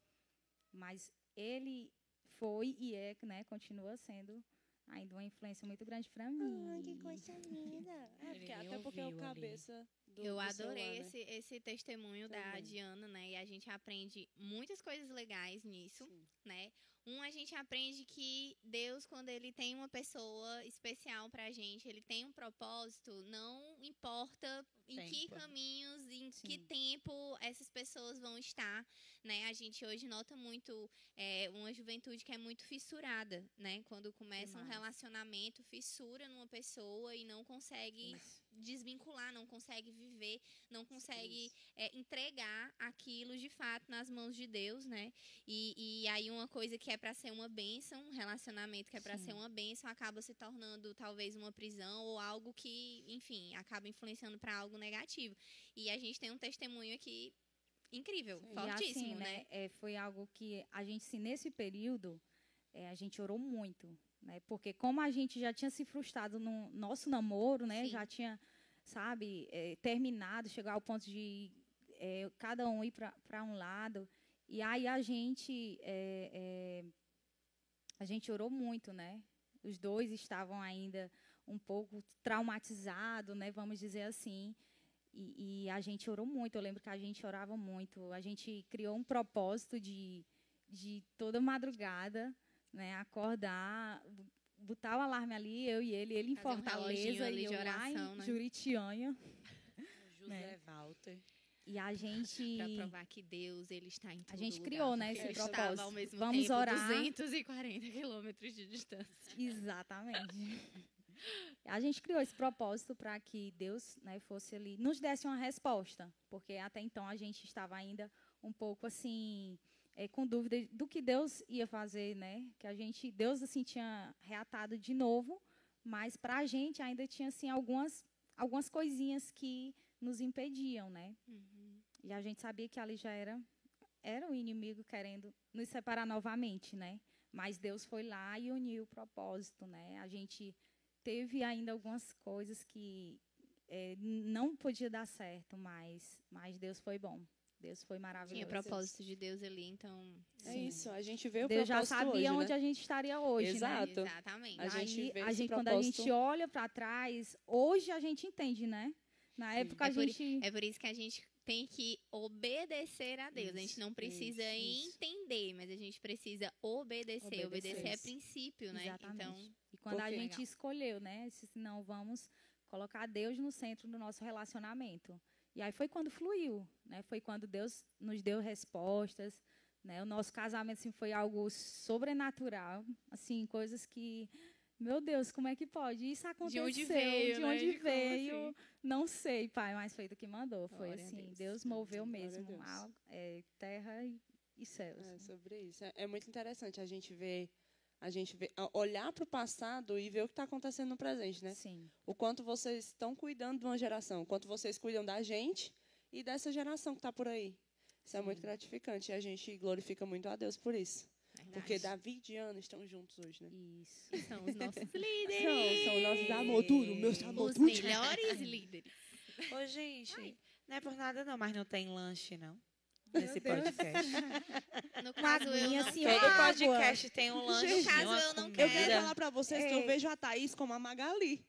mas ele foi e é, né, continua sendo ainda uma influência muito grande para mim. Ai, que coisa linda. É, Ele porque, nem até porque é o ouviu ali. cabeça do Eu do adorei celular, né? esse, esse testemunho da Também. Diana, né? E a gente aprende muitas coisas legais nisso, Sim. né? Um, a gente aprende que Deus, quando ele tem uma pessoa especial pra gente, ele tem um propósito, não importa em que tempo. caminhos, em que Sim. tempo essas pessoas vão estar, né? A gente hoje nota muito é, uma juventude que é muito fissurada, né? Quando começa um Demais. relacionamento, fissura numa pessoa e não consegue desvincular, não consegue viver, não consegue é, entregar aquilo de fato nas mãos de Deus, né? E, e aí uma coisa que é pra ser uma bênção, um relacionamento que é pra Sim. ser uma bênção, acaba se tornando talvez uma prisão ou algo que, enfim, acaba influenciando pra algo negativo. E a gente tem um testemunho aqui incrível, Sim. E fortíssimo, e assim, né? né? é, foi algo que a gente, se nesse período, é, a gente orou muito, né? Porque como a gente já tinha se frustrado no nosso namoro, né? Sim. Já tinha, sabe, é, terminado, chegar ao ponto de é, cada um ir para um lado. E aí a gente, é, é, a gente orou muito, né? Os dois estavam ainda um pouco traumatizados, né? Vamos dizer assim. E, e a gente orou muito, eu lembro que a gente orava muito. A gente criou um propósito de, de toda madrugada, né, acordar, b- botar o alarme ali, eu e ele, ele em Fazer um reloginho Fortaleza ali e de eu lá oração, em né? Juritianha. José Walter. E a gente. Pra provar que Deus, ele está em todo A gente lugar, criou, né, porque esse ele Estava propósito. ao mesmo Vamos tempo, orar. 240 quilômetros de distância. Exatamente. A gente criou esse propósito para que Deus né, fosse ali, nos desse uma resposta, porque até então a gente estava ainda um pouco assim, eh, com dúvida do que Deus ia fazer, né? Que a gente, Deus assim tinha reatado de novo, mas para a gente ainda tinha assim algumas, algumas coisinhas que nos impediam, né? E a gente sabia que ali já era, era o inimigo querendo nos separar novamente, né? Mas Deus foi lá e uniu o propósito, né? A gente teve ainda algumas coisas que eh, não podia dar certo, mas, mas Deus foi bom. Deus foi maravilhoso. Tinha propósito de Deus ali, então... É isso, a gente vê o Deus já propósito hoje, sabia onde né? a gente estaria hoje, né? Exato. Exatamente. A gente Aí, vê a esse gente quando a gente propósito. olha para trás, hoje a gente entende, né? Na época É a por i- gente É por isso que a gente tem que obedecer a Deus. a gente Isso, não precisa isso, isso. entender, mas a gente precisa obedecer. Obedecer, Obedecer. é princípio, né? Exatamente. Então, E quando a Porque- gente Legal. escolheu, né? Disse, assim, não, vamos colocar Deus no centro do nosso relacionamento. E aí foi quando fluiu, né? Foi quando Deus nos deu respostas, né? O nosso casamento assim, foi algo sobrenatural, assim, coisas que meu Deus, como é que pode? Isso de aconteceu. onde veio, de né? onde Como veio, assim? Não sei, pai, mas foi do que mandou. Foi Glória a assim, Deus. Deus. moveu Glória a mesmo Deus. a, é, terra e, e céus. É, sobre isso. É, é muito interessante a gente ver, a gente ver, a- olhar para o passado e ver o que está acontecendo no presente, né? Sim, O quanto vocês estão cuidando de uma geração, o quanto vocês cuidam da gente e dessa geração que está por aí. Isso é muito gratificante e a gente glorifica muito a Deus por isso. Porque é Verdade. Davi e Ana estão juntos hoje, né? isso. São os nossos São, líderes. são nossos amor, tudo, meus amor, Os tudo. melhores líderes. Ô, gente, não é por nada não, mas não tem lanche, não. Nesse podcast. No Uma caso, eu aguinha, não assim, ó. Todo água. podcast tem um lanche, No caso, uma eu não Eu comida. quero falar para vocês que eu É. vejo a Thaís como a Magali.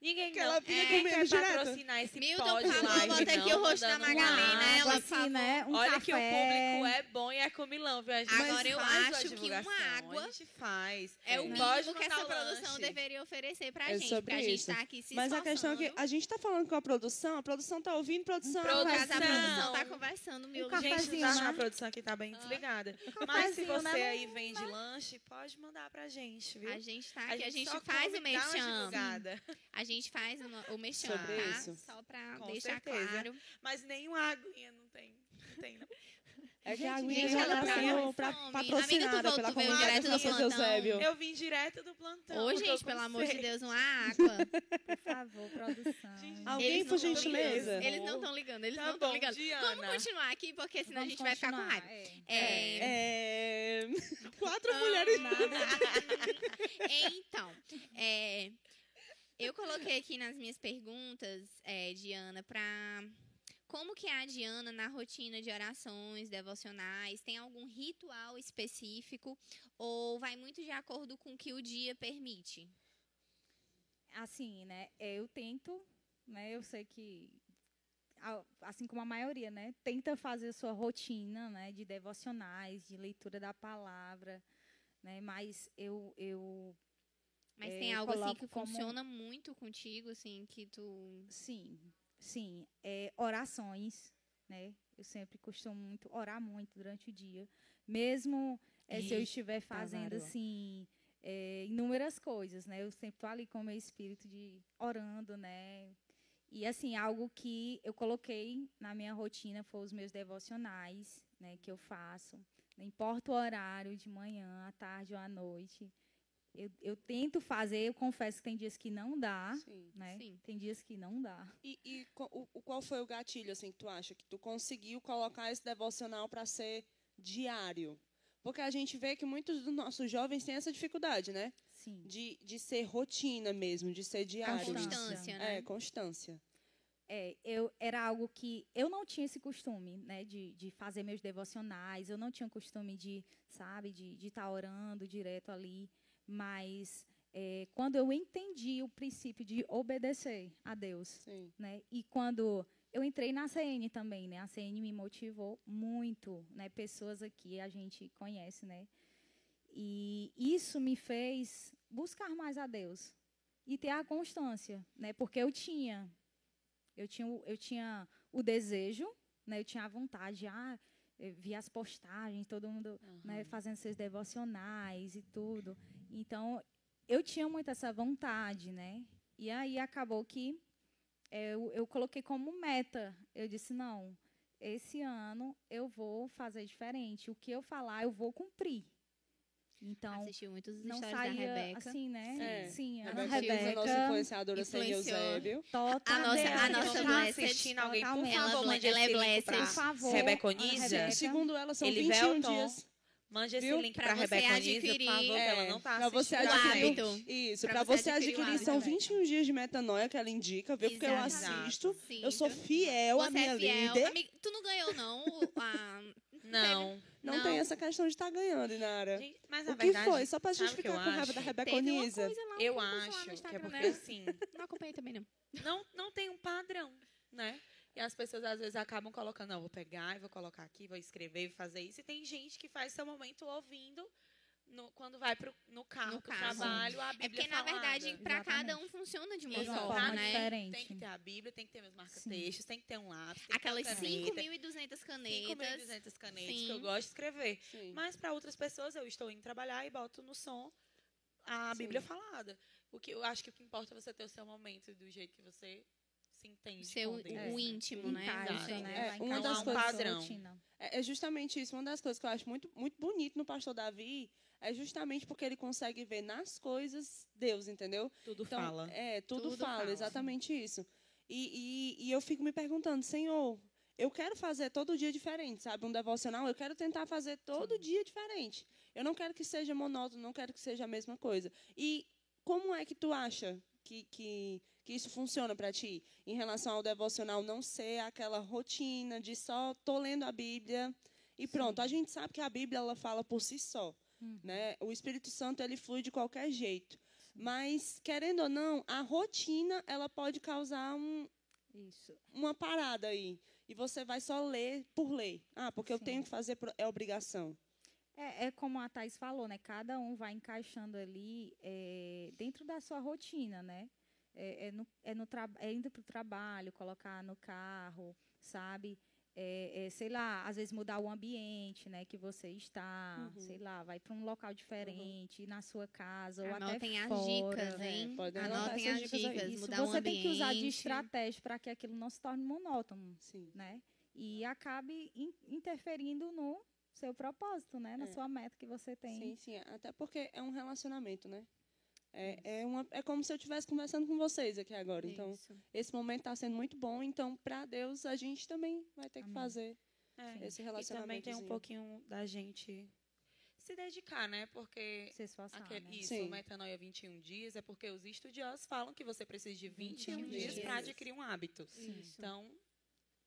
Ninguém que não. ela fica é, comendo quer direto. patrocinar esse Milton, pod por favor, live, bota aqui não, o rosto da mandando um Magali, ar. né? Ela, Água, por favor. assim, né? Um Olha café. que o público é bom e é comilão, viu? A gente Agora eu faz a acho que uma divulgação, água A gente faz. É o Pode mínimo que mandar essa o produção lanche. deveria oferecer pra É gente. sobre pra gente isso. estar aqui se Mas a questão é que esforçando. a gente está falando com a produção, a produção está ouvindo, produção. No caso, a Produção. produção tá conversando, meu Um gente. Gente, cafezinho, não tá né? na produção aqui tá Ah. bem desligada. Mas se cafezinho, você né? aí vende lanche, pode mandar pra gente, viu? A gente tá aqui, a gente, só faz come, o dá uma merchan. divulgada. A gente faz o, no- o merchan, Sobre tá? isso. Só pra Com deixar certeza. claro. Mas nenhuma aguinha não tem. Não tem, não. É que a Gente, aguinha gente, já ela tá tá sendo com pra, fome. patrocinada Amiga, tu pela voltou, veio comunidade direto do Francisco plantão. Eusébio. Eu vim direto do plantão. Ô, eu tô gente, com pelo amor de sede. Deus, uma água. é. Por favor, produção. Gente, Alguém, Eles por não tão gentileza. ligando, Eles não estão ligando, eles Tá não estão bom, ligando. Vamos Diana. continuar aqui, porque senão a gente vai ficar com continuar, raiva. é. É, É, Quatro mulheres. então, é, eu coloquei aqui nas minhas perguntas, é, Diana, pra. Como que é a Diana na rotina de orações, devocionais? Tem algum ritual específico? Ou vai muito de acordo com o que o dia permite? Assim, né? Eu tento, né? Eu sei que, a- assim como a maioria, né? Tenta fazer a sua rotina, né? De devocionais, de leitura da palavra, né? Mas eu, eu Mas É, tem eu algo assim coloco que como- funciona muito contigo, assim, que tu. Sim, sim. É, orações, né? Eu sempre costumo muito orar muito durante o dia. Mesmo é, se eu estiver fazendo, varoa. assim, é, inúmeras coisas, né? Eu sempre tô ali com o meu espírito de orando, né? E, assim, algo que eu coloquei na minha rotina foi os meus devocionais, né? Que eu faço. Não importa o horário, de manhã, à tarde ou à noite. Eu, eu tento fazer, eu confesso que tem dias que não dá, Sim. né? Sim. Tem dias que não dá. E, e co- o, o- qual foi o gatilho, assim, que tu acha que tu conseguiu colocar esse devocional para ser diário? Porque a gente vê que muitos dos nossos jovens têm essa dificuldade, né? Sim. De, de ser rotina mesmo, de ser diário. de- Constância. Constância, né? É, constância. É, eu era algo que eu não tinha esse costume, né, de, de fazer meus devocionais, eu não tinha o costume de, sabe, de estar orando direto ali, mas é, quando eu entendi o princípio de obedecer a Deus, Sim. né? E quando eu entrei na CN também, né? A CN me motivou muito, né? Pessoas aqui a gente conhece, né? E isso me fez buscar mais a Deus e ter a constância, né? Porque eu tinha eu tinha o- eu tinha o desejo, né? Eu tinha a vontade, ah, eu via as postagens, todo mundo Uhum. né, fazendo seus devocionais e tudo. Então, eu tinha muito essa vontade, né? E aí acabou que é, eu, eu coloquei como meta. Eu disse, não, esse ano eu vou fazer diferente. O que eu falar, eu vou cumprir. Então, Assistiu muitos não stories da saía Rebeca. assim, né? É. Sim, A Ana Beatriz, a nossa Rebeca, influenciadora, sem influenciou. Eusébio. totalmente. a nossa, a Rebeca, nossa então, tá blessed, assistindo alguém, por totalmente. ela, favor, mande ela é esse link blessed. Por pra favor, Rebeconiza? Ana Rebeca. é, Segundo ela, são Elivelton, 21 dias. Mande esse Viu? link Pra pra, você Rebeca Oniza, por adquirir. favor, que ela É, não tá pra você assistindo. O adquirir. live. hábito. Isso, Pra pra você você adquirir o adquirir, hábito, são velho. 21 dias de metanoia que ela indica, viu? Porque eu Exato. assisto. Sim, Eu sou tu- fiel você à minha é fiel. líder. Amiga, tu não ganhou, não? o- A... Não. Não, Não. tem essa questão de estar ganhando, Inara. Gente, Mas na O que verdade, foi? Só pra sabe o gente que eu ficar com raiva da acho? Rebeca Teve uma Oniza. coisa lá, um eu concurso lá no acho que é Instagram, porque né? assim, Não acompanhei também, não. não, não tem um padrão, né? E as pessoas às vezes acabam colocando, não, vou pegar e vou colocar aqui, vou escrever, vou fazer isso. E tem gente que faz seu momento ouvindo no- quando vai pro, no carro, No pro carro. trabalho, a É Bíblia porque, na falada. verdade, pra cada um funciona de uma Exato. forma, Forma né? diferente. Tem que ter a Bíblia, tem que ter meus marca-textos, tem que ter um lápis, tem Aquelas que ter uma caneta, 5.200 canetas. 5.200 canetas Sim. que eu gosto de escrever. Sim. Mas para outras pessoas, eu estou indo trabalhar e boto no som a Bíblia falada. O que eu acho que o que importa é você ter o seu momento do jeito que você se entende. Seu, com Deus, o né? íntimo, né? Encaixa, Exato. né? Vai É, uma das encaixar na coisas- sua padrão. rotina. É é justamente isso. Uma das coisas que eu acho muito, muito bonito no pastor Davi é justamente porque ele consegue ver nas coisas Deus, entendeu? Tudo Então, fala. É, tudo, Tudo fala, fala. exatamente isso. E, e- e eu fico me perguntando, Senhor, eu quero fazer todo dia diferente, sabe? Um devocional, eu quero tentar fazer todo dia diferente. Eu não quero que seja monótono, não quero que seja a mesma coisa. E como é que tu acha que, que, que isso funciona para ti? Em relação ao devocional não ser aquela rotina de só tô lendo a Bíblia e pronto. A gente sabe que a Bíblia ela fala por si só, Uhum. né? O Espírito Santo ele flui de qualquer jeito. Mas, querendo ou não, a rotina ela pode causar um- Isso. uma parada aí. E você vai só ler por ler. Ah, porque eu Sim. tenho que fazer, por- é obrigação. É, é como a Thais falou, né? Cada um vai encaixando ali é, dentro da sua rotina, né? É, é no, é, no tra- é indo para o trabalho, colocar no carro, sabe? É, é, sei lá, às vezes mudar o ambiente, né, que você está, Uhum. sei lá, vai para um local diferente, ir na sua casa ou até Uhum. Anotem as fora. né? dicas, hein? pode anotar Anotem as essas dicas aí. dicas, Isso, mudar você o tem que usar de ambiente. estratégia para que aquilo não se torne monótono, Sim. né? E acabe in- interferindo no seu propósito, né? Na É. sua meta que você tem. Sim, sim. Até porque é um relacionamento, né? É, é, uma, é como se eu estivesse conversando com vocês aqui agora. Então, Isso. esse momento está sendo muito bom. Então, para Deus, a gente também vai ter que Amém. fazer É. esse E também relacionamento. tem um pouquinho da gente se dedicar, né? Porque se esforçar, aquele, né? isso, Sim. o metanoia 21 dias é porque os estudiosos falam que você precisa de 21, 21 dias para dias. adquirir um hábito. Isso. Então,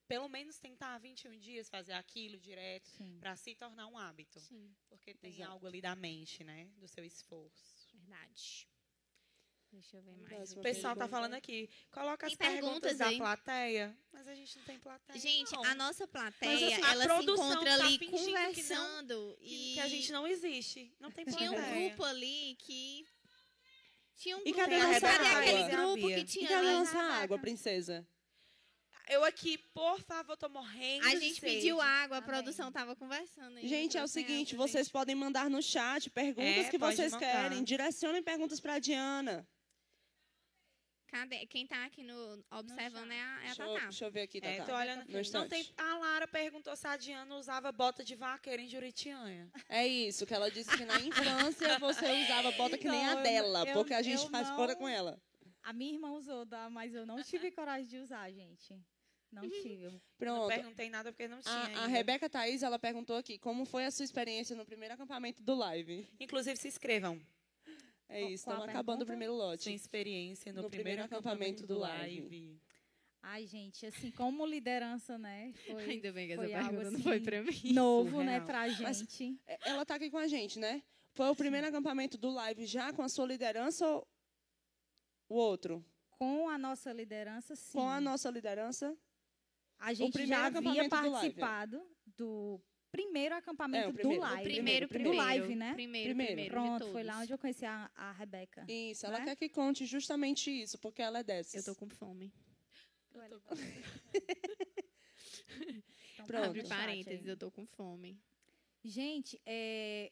pelo menos tentar 21 dias fazer aquilo direto Sim. para se tornar um hábito. Sim, Porque tem Exato. algo ali da mente, né? Do seu esforço. verdade. Deixa eu ver mais. Próxima O Uma aqui. pessoal tá pergunta. falando aqui. Tem Coloca as perguntas perguntas, da hein? plateia, mas a gente não tem plateia. Gente, não. a nossa Mas, plateia, assim, a ela se produção encontra tá ali fingindo que não- conversando que, e que a gente não existe. Não tem tinha plateia. um grupo ali que tinha um E grupo, cadê ali- nossa cadê água? aquele Cadê a grupo Bia? que E tinha cadê ali? nossa água, princesa? Eu aqui, por favor, tô morrendo. A de gente sede. pediu água, a Amém. produção tava conversando aí. Gente, é o trouxe seguinte, água, vocês gente. podem mandar no chat perguntas É, que pode vocês mandar. querem. Direcionem perguntas para Diana. Cadê? Quem tá aqui no observando é a, é a Deixa, eu, Tatá. deixa eu ver aqui, É, Tatá. tô olhando aqui. No Não instante. tem... A Lara perguntou se a Diana usava bota de vaqueiro em Juritianha. É isso, que ela disse que na infância você usava bota que nem Então, a eu- dela, eu- porque a gente eu faz não- fora com ela. A minha irmã usou, tá? mas eu não tive coragem de usar, gente. Não tive. Não Pronto. perguntei nada porque não tinha. A, a ainda. Rebeca Thaís, ela perguntou aqui, como foi a sua experiência no primeiro acampamento do live? Inclusive, se inscrevam. É Qual- isso, qual a estamos acabando o pergunta? primeiro lote. Sua experiência no, No primeiro, primeiro acampamento, acampamento do do live. Ai, gente, assim, como liderança, né? Foi Ainda bem que essa essa foi algo pergunta pergunta não não foi foi assim, pra pra mim. novo, né, surreal. pra Mas- gente. É, Ela está aqui com a gente, né? Foi o primeiro acampamento do live já com a sua liderança ou o outro? Com a nossa liderança, sim. Com a nossa liderança? A gente primeiro já havia acampamento do live. participado do primeiro acampamento É, o primeiro. do O live. Primeiro, primeiro. Do live, né? Primeiro, Primeiro. primeiro. de Pronto, foi lá todos. onde eu conheci a, a Rebeca. Isso, ela Né? quer que conte justamente isso, porque ela é dessas. Eu tô com fome. Pronto. Abre no então, chat parênteses, aí. eu tô com fome. Gente, é,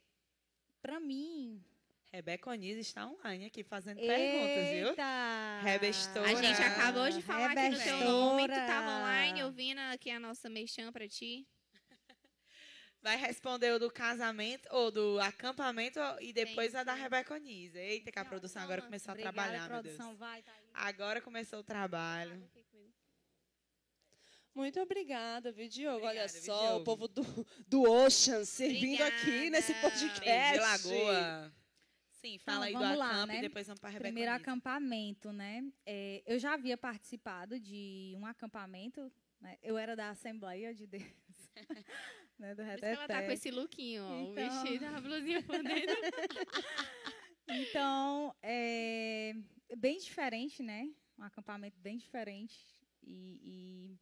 para mim. Rebeca Oniz está online aqui fazendo perguntas, viu? Eita! Rebestora. A gente acabou de falar aqui no teu nome, tu tava Rebestora. online ouvindo aqui a nossa merchan pra ti. Vai responder o do casamento ou do acampamento e depois Tem a da que- Rebeca Oniz. Eita, que a Não, produção calma. agora começou a Obrigada, trabalhar, meu produção, Deus. vai, tá aí. Agora começou o trabalho. Muito obrigada, viu, Diogo? Olha Obrigada, viu, só, Diogo? o povo do, do Ocean servindo aqui nesse Obrigada. podcast. De Lagoa. Sim, fala aí Então, do vamos lá, acampo e né? depois vamos para a Rebeca Primeiro Oniz. acampamento, né? É, eu já havia participado de um acampamento. né? Eu era da Assembleia de Deus. né? Do Por isso que ela tá com Reteté. esse lookinho, ó. O Então. vestido, a blusinha por dentro. Então, é bem diferente, né? Um acampamento bem diferente. E, e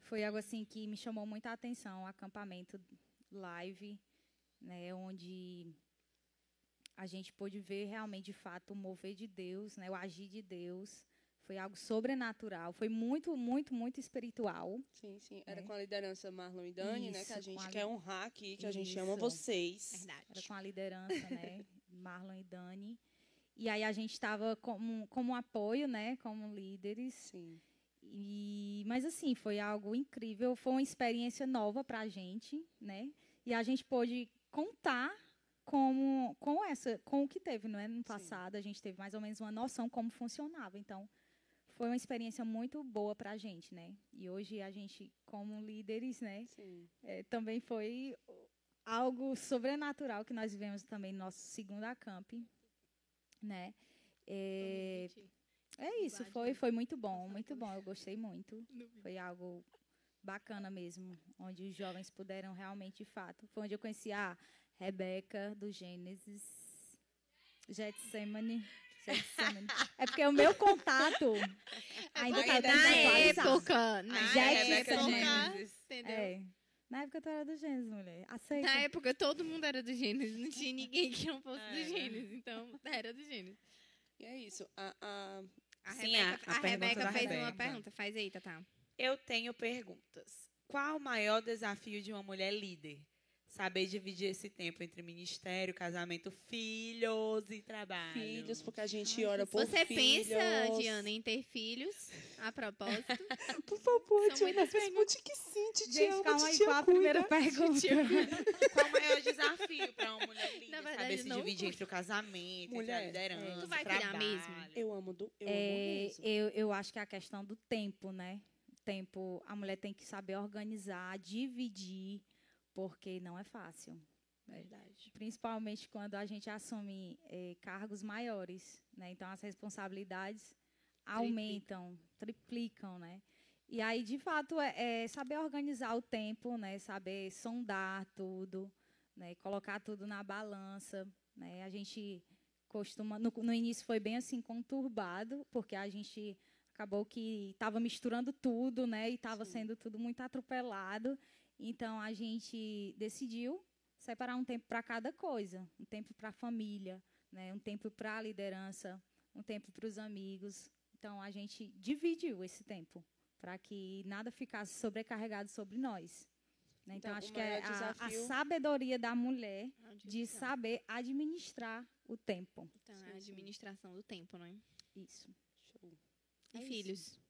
foi algo assim que me chamou muita atenção, o acampamento live, né? Onde a gente pôde ver realmente, de fato, o mover de Deus, né? O agir de Deus. Foi algo sobrenatural. Foi muito, muito, muito espiritual. Sim, sim. Era né? com a liderança Marlon e Dani, né? Que a Isso, com gente a quer li- honrar aqui, que a gente ama Isso. vocês. Era Verdade. com a liderança, né? Marlon e Dani. E aí a gente estava como, como apoio, né? Como líderes. Sim. E, mas assim, foi algo incrível, foi uma experiência nova para a gente, né? E a gente pôde contar como, com essa, com o que teve, não é? No passado a gente teve mais ou menos uma noção como funcionava. Então, foi uma experiência muito boa para a gente, né? E hoje a gente, como líderes, né? Sim. eh, também foi algo sobrenatural que nós vivemos também no nosso segundo acamp, né? Eh, é isso, Linguagem, foi, né? foi muito bom, Nossa, muito então- bom. Eu gostei muito. Foi algo bacana mesmo, onde os jovens puderam realmente, de fato. Foi onde eu conheci a Rebeca do Gênesis, Getsemane. Getsemane. É porque o meu contato ainda É Porque tá na desatualizado. época, na Já é época, dessa, entendeu? Tá, É. Na época tu era do Gênesis, mulher. Aceita. Na época, todo mundo era do Gênesis. Não tinha ninguém que não fosse do Era. Gênesis. Então, era do Gênesis. E é isso. A, a- A Sim, Rebeca, tá, a- a a pergunta Rebeca da fez uma Rebeca. pergunta. Faz tá. aí, Tatá. Eu tenho perguntas. Qual o maior desafio de uma mulher líder? Saber dividir esse tempo entre ministério, casamento, filhos e trabalho. filhos, porque a gente ora por Você filhos. pensa, Diana, em ter filhos? A propósito. Por favor, São Diana, muitas responde que sim, te Gente, amo, calma aí, titia qual a cuida. primeira pergunta? Qual o maior desafio para uma mulher líder? Na verdade, Saber se não. dividir entre o casamento, Mulher, entre a liderança, Tu vai cuidar trabalho. mesmo? Eu amo do. Eu É, amo mesmo. eu, eu acho que é a questão do tempo, né? Tempo, a mulher tem que saber organizar, dividir, porque não é fácil. Verdade. Principalmente quando a gente assume eh, cargos maiores, né? Então as responsabilidades aumentam, triplicam, né? E aí, de fato, é, é saber organizar o tempo, né? Saber sondar tudo, né? Colocar tudo na balança, né? A gente costuma no, no início foi bem assim conturbado, porque a gente acabou que estava misturando tudo, né? E estava Sim. sendo tudo muito atropelado. Então a gente decidiu separar um tempo para cada coisa, um tempo para a família, né? Um tempo para a liderança, um tempo para os amigos. Então a gente dividiu esse tempo para que nada ficasse sobrecarregado sobre nós. né? Então, Então, acho o que é maior a- a desafio- sabedoria da mulher de saber administrar o tempo. Então, a administração do tempo, não é? Isso. Show. E É isso. filhos.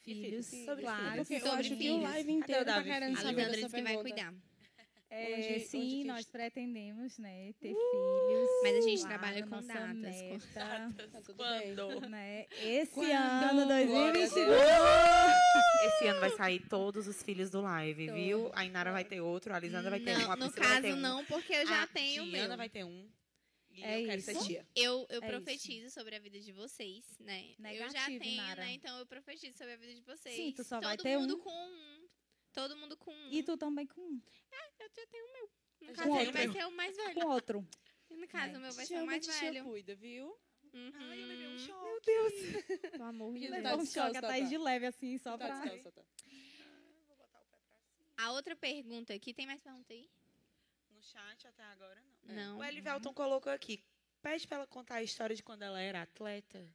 Filhos, filhos? sobre claro. Porque eu sobre acho que o filhos. live inteiro tá Davi? querendo A saber Alessandra dessa disse que vai pergunta. cuidar. É, Onde- onde sim, que Uh! nós est- pretendemos, né, ter filhos. Mas a gente Claro, trabalha com nossa datas, com- meta, Tá tudo bem. Quando? né? Esse Quando? ano, 2022. Esse ano vai sair todos os filhos do live, Todos. viu? A Inara vai ter outro, a Lisandra vai ter um, Não, a no Priscila vai ter caso, um. não, porque eu já a tenho o Diana meu. vai ter um. E É eu quero isso. ser tia. Eu, eu É profetizo sobre a vida de vocês, né? eu já Negativo, tenho, Nara. né? Então eu profetizo sobre a vida de vocês. Sim, tu só Todo vai ter mundo um. com um. Todo mundo com um. E tu também com um, Eu já tenho o meu. No Eu caso, já ele vai tenho. ser o mais velho. com outro. E No caso, É. o meu vai Te ser o amo, mais titia velho. cuida, viu? Uhum. um choque. Pelo amor de de Deus. Deus. Tá um descalço, choque a tá, Thaís tá. de leve, assim, só Tá pra... descalça, tá. A outra pergunta aqui, tem mais pergunta aí? No chat até agora, não. Não. O Elivelton colocou aqui. Pede pra ela contar a história de quando ela era atleta.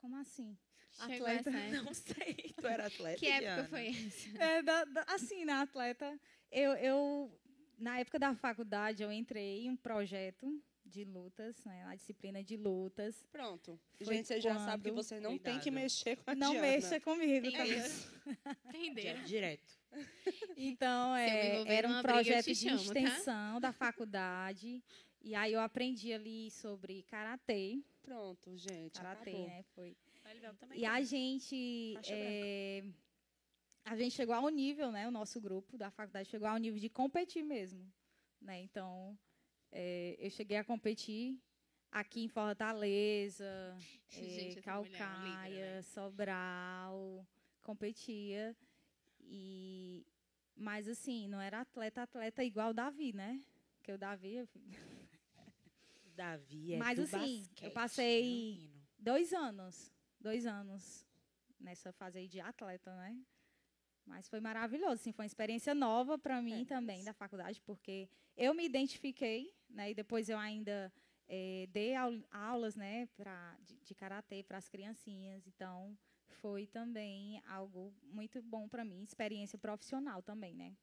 Como assim? Chegou Atleta. essa época. Não sei, tu era atleta, Que época Diana? foi essa? É, da- da- assim, na atleta, eu, eu- na época da faculdade, eu entrei em um projeto de lutas, né, na disciplina de lutas. Pronto. Foi gente, você já sabe que quando? você não tem que Cuidado. mexer com a Não Diana. mexa comigo, tá? Entendeu? Entendeu? Di- Direto. Então, Se eu me é, envolver era um numa briga, eu te projeto de chamo, tá? extensão da faculdade. E aí eu aprendi ali sobre karatê. Pronto, gente. Karatê, acabou. né? Foi. Ele é também. E um a gente. Faixa é, a gente chegou ao nível, né? O nosso grupo da faculdade chegou ao nível de competir mesmo. Né? Então, é, eu cheguei a competir aqui em Fortaleza, é, Gente, essa mulher é uma Calcaia, líder, né? Sobral, competia. E, mas assim, não era atleta, atleta igual o Davi, né? Porque o Davi, Davi é Mas, do assim, eu basquete, passei- né, menino? Dois anos. Dois anos nessa fase aí de atleta, né? Mas foi maravilhoso, assim, foi uma experiência nova para É, mim também da faculdade, porque eu me identifiquei, né? E depois eu ainda eh, dei au- aulas, né, pra, de, de karatê para as criancinhas. Então, foi também algo muito bom para mim, experiência profissional também, né?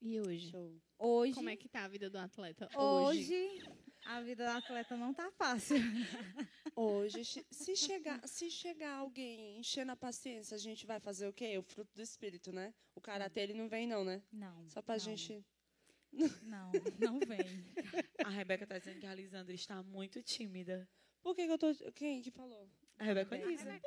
E hoje? Show. Hoje, Como é que tá a vida do atleta hoje? hoje, a vida da atleta não tá fácil. Hoje, che- se chegar, se chegar alguém enchendo a paciência, a gente vai fazer o quê? O fruto do espírito, né? O karatê, ele não vem, não, né? Não. Só pra não, gente. Não, não vem. A Rebeca tá dizendo que a Lisandra está muito tímida. Por que, que eu tô. Quem que falou? A Rebeca Rebeca. Onisa.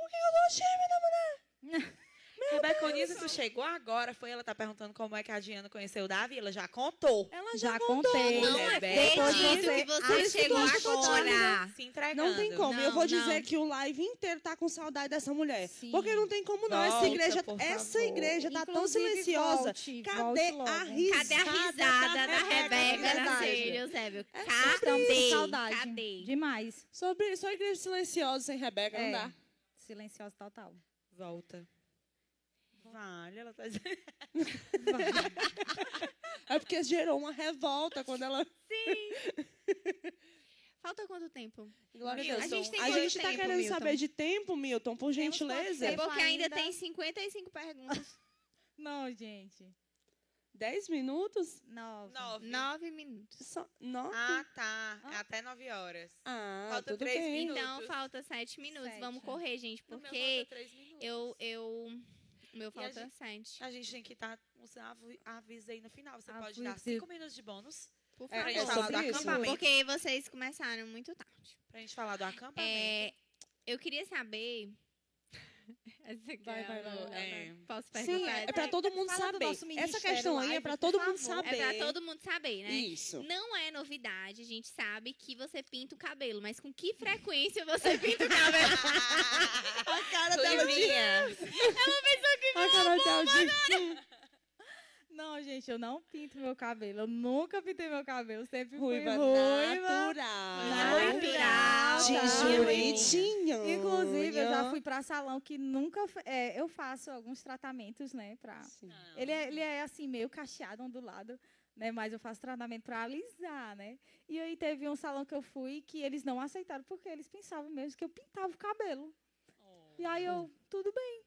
Rebeca Onisa, tu chegou agora, foi ela tá perguntando como é que a Diana conheceu o Davi, ela já contou. Ela já. é? Já é. contei. Não Rebeca. acredito que Acho é você chegou nós tá agora. Se entregando. Não tem como. eu Não, vou não. dizer que o live inteiro tá com saudade dessa mulher. Sim. Porque não tem como, não. essa Volta, igreja, por essa favor. igreja tá tão Inclusive, silenciosa. volte, Cadê volte logo. a risada? Cadê a risada da Rebeca verdade. da Celia Eusébio? Estamos Cadê? com saudade. Cadê? Demais. Sobre só igreja silenciosa sem Rebeca, É. não dá. Silenciosa total. Volta. Vale, ela tá dizendo. É porque gerou uma revolta quando ela. Falta quanto tempo? Glória Milton, a Deus. a gente tem a quanto gente tá tempo, querendo Milton? saber de tempo, Milton, por gentileza. É tempo porque ainda, ainda. tem 55 perguntas. Não, gente. Dez minutos? Nove. Nove. Nove minutos. Só... Nove? Ah, tá. É Até nove horas. Ah, falta tudo três bem. minutos. Então, falta sete minutos. Sete. Vamos correr, gente, No meu porque falta três minutos. eu... eu... O meu falta gente- É, sete. A gente tem que tá, dar uns avi- avisos aí no final. Você pode Aviso. dar cinco minutos de bônus Por pra É, favor. é gente falar do sobre isso. acampamento. porque vocês começaram muito tarde. Pra gente falar do Tá acampamento. É, eu queria saber... Essa aqui Vai, é vai, a- vai, vai. Posso perguntar? Sim, é pra todo mundo Fala do saber. nosso Essa ministério questão aí é live, pra por todo mundo favor. saber. É pra todo mundo saber, né? Isso. Não é novidade, a gente sabe que você pinta o cabelo, mas com que frequência você pinta o cabelo? A cara Livinha. A cara dela de... Não, gente, eu não pinto meu cabelo. Eu nunca pintei meu cabelo. Sempre Ruiva fui ruiva. natural. Natural. Natural. De juritinho. Inclusive, eu já fui pra salão que nunca... f- é, eu faço alguns tratamentos, né, pra... Sim. Ele é, ele é assim, meio cacheado, ondulado, né? Mas eu faço tratamento pra alisar, né? E aí teve um salão que eu fui que eles não aceitaram, porque eles pensavam mesmo que eu pintava o cabelo. E aí Hum. eu, tudo bem.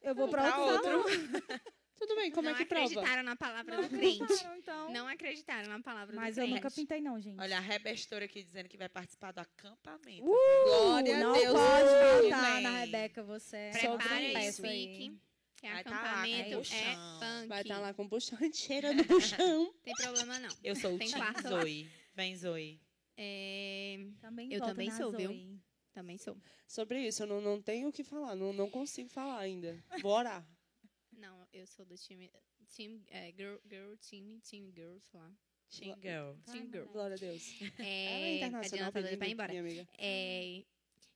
Eu vou pra Pra outro, salão. Tudo bem, como não é que prova? acreditaram na palavra do Não crente. aceitaram, então. Não acreditaram na palavra Mas do eu crente. nunca pintei, não, gente. Olha, a Rebestora aqui dizendo que vai participar do acampamento. Uh, Glória a não Deus, pode tudo faltar bem. na Rebeca, você. é Sobre Prepara e isso fique. Que Vai tá lá, acampamento com é colchão. funk. Vai estar lá com o buchão, cheira no buchão. Tem problema não. Eu sou o Tem Tim quarto lá. Zoe. Vem, Zoe. É, Também Eu volta também na sou, viu? Zoe. Também sou. Sobre isso, eu não, não tenho o que falar, não, não consigo falar ainda. Bora. Não, eu sou do time team é, girl, girl team, team girl, sei lá. Teen Girl. Ah, Team girl. Glória a Deus. Ela É, a Diana tá doida pra ir bilingue, embora. minha amiga. É,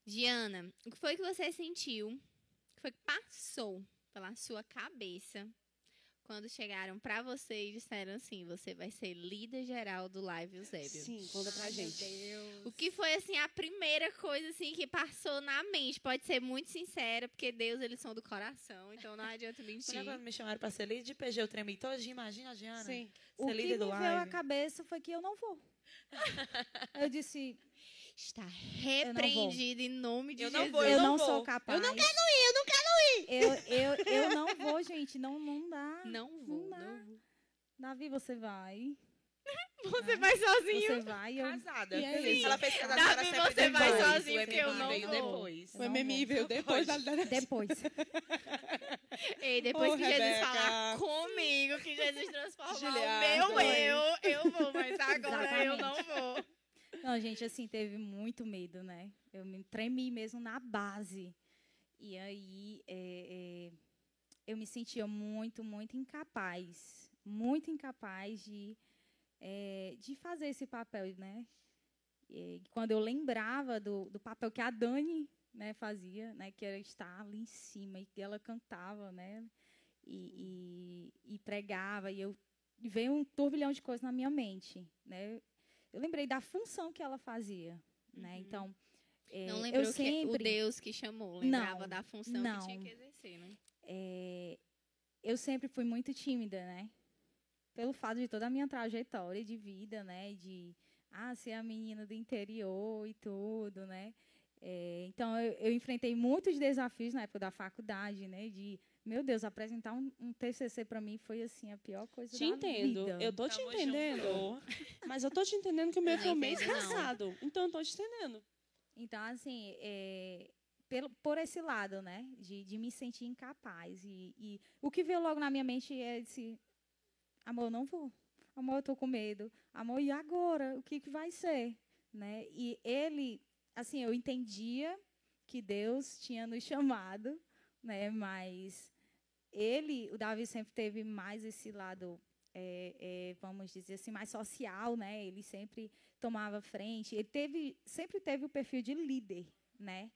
Diana, o que foi que você sentiu? O que foi que passou pela sua cabeça quando chegaram pra você e disseram assim: você vai ser líder geral do Live Eusébio? Sim, conta pra gente. O que foi assim a primeira coisa assim que passou na mente? Pode ser muito sincera, porque Deus eles são do coração, então não adianta mentir. Quando agora me chamaram pra ser líder de PG, eu tremi todinha. Imagina a Diana. Sim. Ser é O que me líder do veio à live. cabeça foi que eu não vou. eu disse, Está repreendido em nome de Eu não Jesus. vou, Eu, não, vou. sou capaz. Eu não quero ir, eu não quero ir. Eu, eu, eu não vou, gente. Não, não dá. Não vou, Não dá. não vou. Davi, você vai. Você vai sozinho. Você vai. Eu, Casada. E aí? Sim. Ela fez casada Davi, para sempre você vai depois, sozinho, o porque eu MMI não veio vou. depois. eu O não MMI veio depois da vou. Depois. Ei, depois Ô, que Jesus Rebeca. falar comigo, que Jesus transformar Juliana, o meu eu, eu vou, mas agora eu não vou. Não, gente, assim, teve muito medo, né? Eu me tremi mesmo na base. E aí é, é, eu me sentia muito, muito incapaz. Muito incapaz de, é, de fazer esse papel, né? E quando eu lembrava do, do papel que a Dani né, fazia, né? Que era estar ali em cima e que ela cantava, né? E, e, e pregava. E eu e veio um turbilhão de coisas na minha mente, né? eu lembrei da função que ela fazia, né? Então, é, Uhum. Não lembrou eu sempre, que o Deus que chamou, lembrava Não, da função que não. tinha que exercer, né? é, eu sempre fui muito tímida, né? Pelo fato de toda a minha trajetória de vida, né? De ah, ser a menina do interior e tudo, né? É, então, eu, eu enfrentei muitos desafios na época da faculdade, né? De, meu Deus, apresentar um, um TCC para mim foi, assim, a pior coisa Te da entendo. vida. Eu tô te Tamo entendendo. Mas eu tô te entendendo que o meu não foi o mês entendo, não. passado. Então eu tô te entendendo. Então, assim, é, pelo, por esse lado, né? De, de me sentir incapaz. E, e o que veio logo na minha mente é esse... Amor, eu não vou. Amor, eu tô com medo. Amor, e agora? O que, que vai ser? Né? E ele... Assim, eu entendia que Deus tinha nos chamado, né? Mas ele, o Davi sempre teve mais esse lado... é, é, vamos dizer assim, mais social, né? Ele sempre tomava frente. Ele teve, sempre teve o perfil de líder, né?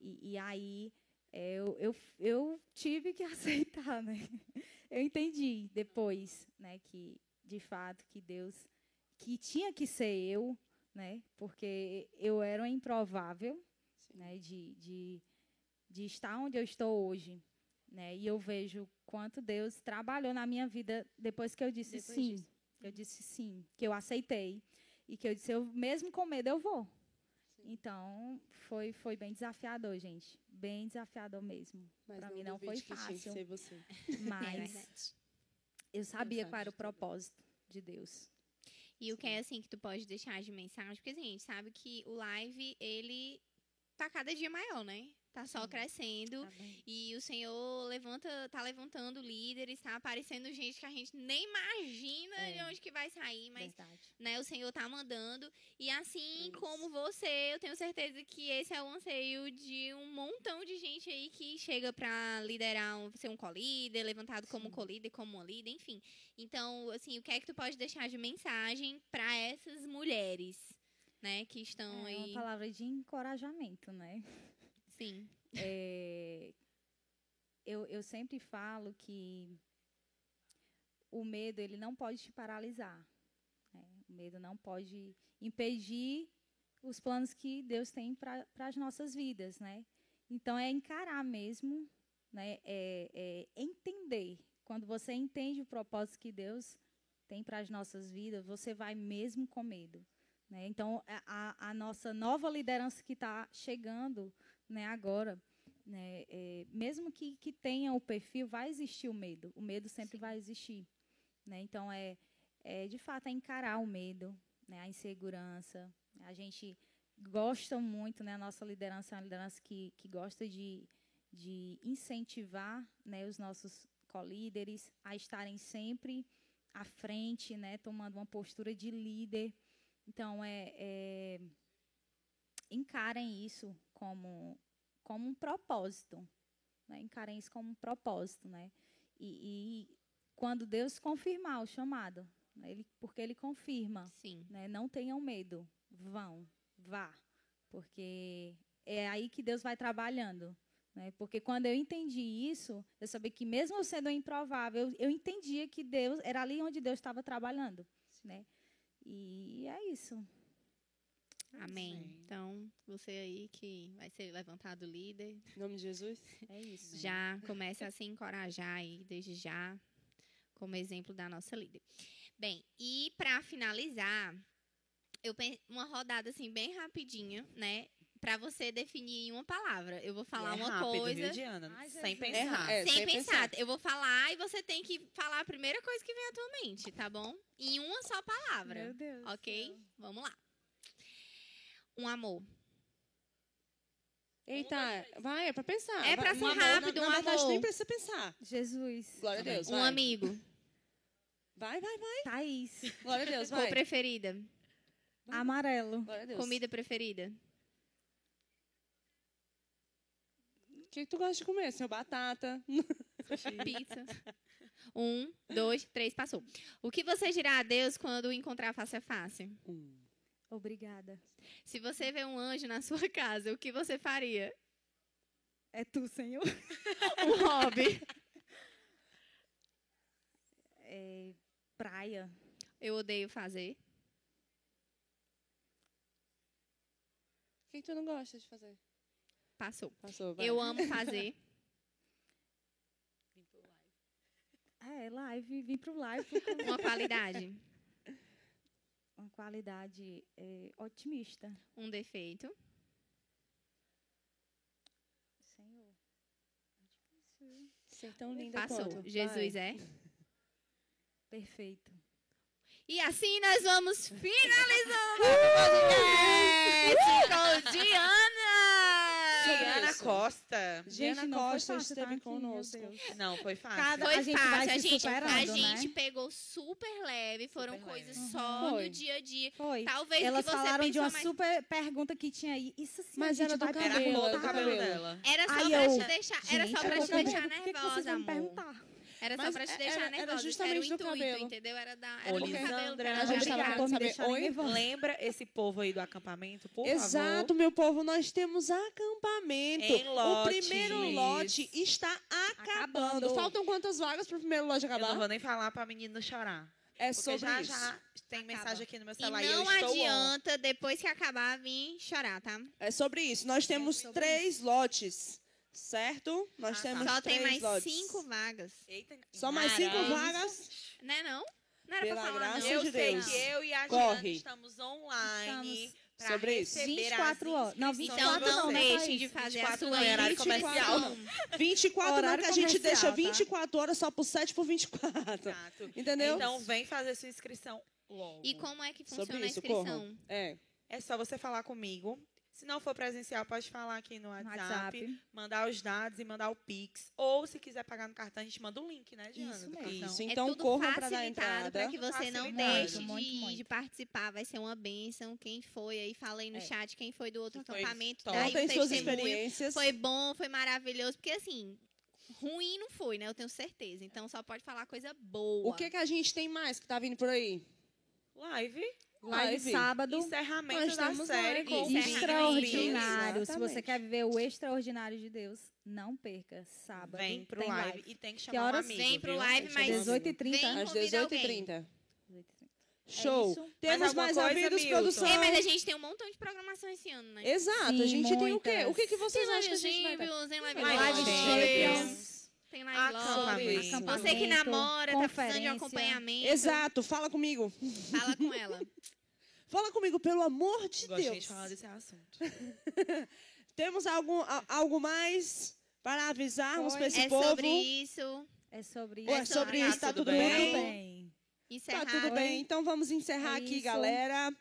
E, e aí é, eu, eu, eu tive que aceitar, né? Eu entendi depois, né, que de fato que Deus, que tinha que ser eu, né? Porque eu era uma improvável, né? De, de, de estar onde eu estou hoje, né? E eu vejo quanto Deus trabalhou na minha vida depois que eu disse Depois sim. disso. Eu disse sim, que eu aceitei e que eu disse, eu mesmo com medo eu vou. Então, foi foi bem desafiador, gente. Bem desafiador mesmo. Mas Pra mim não duvide foi que tinha que fácil. ser você. É né? Mas eu sabia qual era o propósito de Deus. E o que é assim que tu pode deixar de mensagem? Porque assim, a gente sabe que o live, ele tá cada dia maior, né? Tá só crescendo. E o Senhor levanta, tá levantando líderes, tá aparecendo gente que a gente nem imagina É. de onde que vai sair, mas Verdade. né, o Senhor tá mandando. E É assim Isso. como você, eu tenho certeza que esse é o anseio de um montão de gente aí que chega pra liderar, um- ser um co-líder, levantado como co-líder, como uma líder, enfim. Então, assim, o que é que tu pode deixar de mensagem pra essas mulheres, né, que É estão uma aí? palavra de encorajamento, né? Sim. É, eu, eu sempre falo que o medo ele não pode te paralisar. né? O medo não pode impedir os planos que Deus tem para as nossas vidas, né? Então é encarar mesmo, né? É, é entender. Quando você entende o propósito que Deus tem para as nossas vidas, você vai mesmo com medo. Né? Então a, a- a nossa nova liderança que está chegando, né? Agora, né? é, mesmo que, que tenha o perfil, vai existir o medo. O medo sempre vai existir, né? Então é, é de fato é encarar o medo, né? A insegurança. A gente gosta muito, né? A nossa liderança é uma liderança que, que gosta de, de incentivar, né? Os nossos colíderes a estarem sempre à frente, né? Tomando uma postura de líder. Então é- é encarem isso como como um propósito, né? encarem isso como um propósito, né? E, e quando Deus confirmar o chamado, né? ele, porque Ele confirma, Sim. né? Não tenham medo, vão, vá, porque é aí que Deus vai trabalhando, né? Porque quando eu entendi isso, eu sabia que mesmo eu sendo improvável, eu entendia que Deus era ali onde Deus estava trabalhando, né? E é isso. Amém. Sim. Então, você aí que vai ser levantado líder, Em nome de Jesus? É isso. já começa a se encorajar aí desde já, como exemplo da nossa líder. Bem, e para finalizar, eu pen- uma rodada assim bem rapidinha, né? Pra você definir em uma palavra. Eu vou falar E é uma rápido, coisa. Viu, Diana? Ai, sem Jesus. pensar. É, sem, sem pensar. pensar. Eu vou falar e você tem que falar a primeira coisa que vem à tua mente, tá bom? Em uma só Meu palavra. Deus. do Ok? céu. Vamos lá. Um amor. Eita, vai, é pra pensar. É Vai, pra ser um amor, rápido, na, um na verdade, amor. nem precisa pensar. Jesus. Glória a Deus, vai. Um amigo. Vai, vai, vai. Thaís. Glória a Deus, Cor vai. preferida. Amarelo. Glória a Deus. Comida preferida. O que que tu gosta de comer? Seu batata. Pizza. Um, dois, três, passou. O que você dirá a Deus quando o encontrar face a face? Obrigada. Se você vê um anjo na sua casa, o que você faria? É tu, Senhor? Um hobby. É, praia. Eu odeio fazer. O que que tu não gosta de fazer? Passou. Passou, vai. Eu amo fazer. Ah, é live. Vim pro live por causa- Uma qualidade. uma qualidade é, otimista. Um defeito. Senhor. Ser é tão linda Passou. quanto. Jesus é. Perfeito. E assim nós vamos finalizando o podcast com Diana! Diana Costa. Diana Gente, não foi Costa fácil, tá esteve aqui, meu conosco. Deus. Não, foi fácil. Cada- Foi a gente fácil, vai a se gente, superando, tá? a né? gente pegou super leve, foram Super coisas leve. só Foi. no dia a dia. Foi. Talvez o Elas que você falaram de pensou uma mais... super pergunta que tinha aí. Isso sim, Mas a gente era do vai Era a cabelo, cor era do um do cabelo cabelo. dela. Era só Ai, pra eu- te deixar, era só Gente, pra eu te tô deixar perguntando, por que que vocês nervosa, vão me amor. perguntar? Era só Mas pra te é- deixar era- era nervosa. justamente era o do intuito, cabelo. entendeu? Era da Ô, era do cabelo. pra Lisandra, A gente tava deixar nervosa. Obrigada por querendo me saber, deixarem oi? nervosa. Lembra esse povo aí do acampamento, por Exato, meu povo, nós temos acampamento. Em o lotes. primeiro lote está acabando. Acabando. Faltam quantas vagas para o primeiro lote favor? Eu não acabar? vou nem falar pra menina chorar. É Porque sobre já, isso. já tem mensagem aqui no meu celular E eu não estou on. adianta, depois que acabar, vir chorar, tá? É sobre isso. Nós temos sobre três lotes, certo? Nós Ah, temos tá. Só três tem mais lotes. cinco vagas. Eita, Só mais cinco caramba. vagas. Né não? Não era Pela pra falar, graça não. Eu de sei Deus. que eu e a Diana Corre. estamos online Estamos. pra Sobre isso. receber 24 as horas. Não, inscrições Então de não 24 vocês. né, deixe Thaís? de fazer a 24 sua não, é horário inscrição. comercial. 24 não, Horário que a gente comercial, deixa tá? 24 horas só por 7 por 24. Exato. Entendeu? Tá. Então vem fazer sua inscrição logo. E como é que Sobre funciona a isso, inscrição? é. É só você falar comigo. Se não for presencial, pode falar aqui no No WhatsApp, WhatsApp. mandar os dados e mandar o Pix. Ou se quiser pagar no cartão, a gente manda o link, né, Diana? Isso do mesmo. cartão. Isso, É então tudo corram para dar a facilitado entrada. para que você não Facilitado. deixe Muito, de, muito. de participar. Vai ser uma bênção. Quem foi aí, fala aí no É. chat. Quem foi do outro Então, Foi acampamento, Tá top. daí Contem o suas testemunho. experiências. Foi bom, foi maravilhoso. Porque assim, ruim não foi, né? Eu tenho certeza. Então só pode falar coisa boa. O que, que a gente tem mais que tá vindo por aí? Live, Live sábado. encerramento Nós da estamos live. série com o Encerramento. Extraordinário. Se Exatamente. você quer ver o extraordinário de Deus, não perca. Sábado. Vem pro tem live. e tem que chamar horas? um amigo. Vem pro viu? live, Gente, mas 18h30. vem Às convida alguém. 18h30. É Show. isso. Temos alguma mais, coisa, amigos, Milton? produção. É, mas a gente tem um montão de programação esse ano, né? Exato, a Sim, gente tem o quê? muitas. O que, que vocês Tem acham Live que a gente vai um dar? Champions, tem Live Live Live Champions, Champions. Champions. tem Live Love. Acampamento. acampamento, Você que namora, tá precisando de um conferência. acompanhamento, Exato, fala comigo. fala com ela. Fala comigo, pelo amor de Gostei Deus. de falar desse assunto. Temos algum, a- algo mais para avisarmos Foi. para esse é povo? sobre isso. É sobre isso. Ou é sobre Tá isso, tá tudo tudo bem? bem? Tudo bem. Encerrar. Tá tudo bem. Então vamos encerrar É aqui, isso. galera.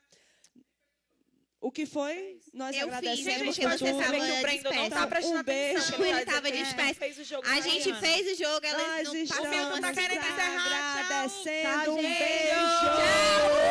O que foi? Nós Eu fiz, Gente, agradecemos porque por você tudo. sabe que o Brendo não tá disperso. prestando Um beijo. atenção. ele tá Ele tava dizendo que disperso. fez o jogo A da gente Diana. fez o jogo, ela Nós não tá estamos passou. Milton tá querendo encerrar, tchau. agradecendo. Tchau, Um gente. beijo. Tchau.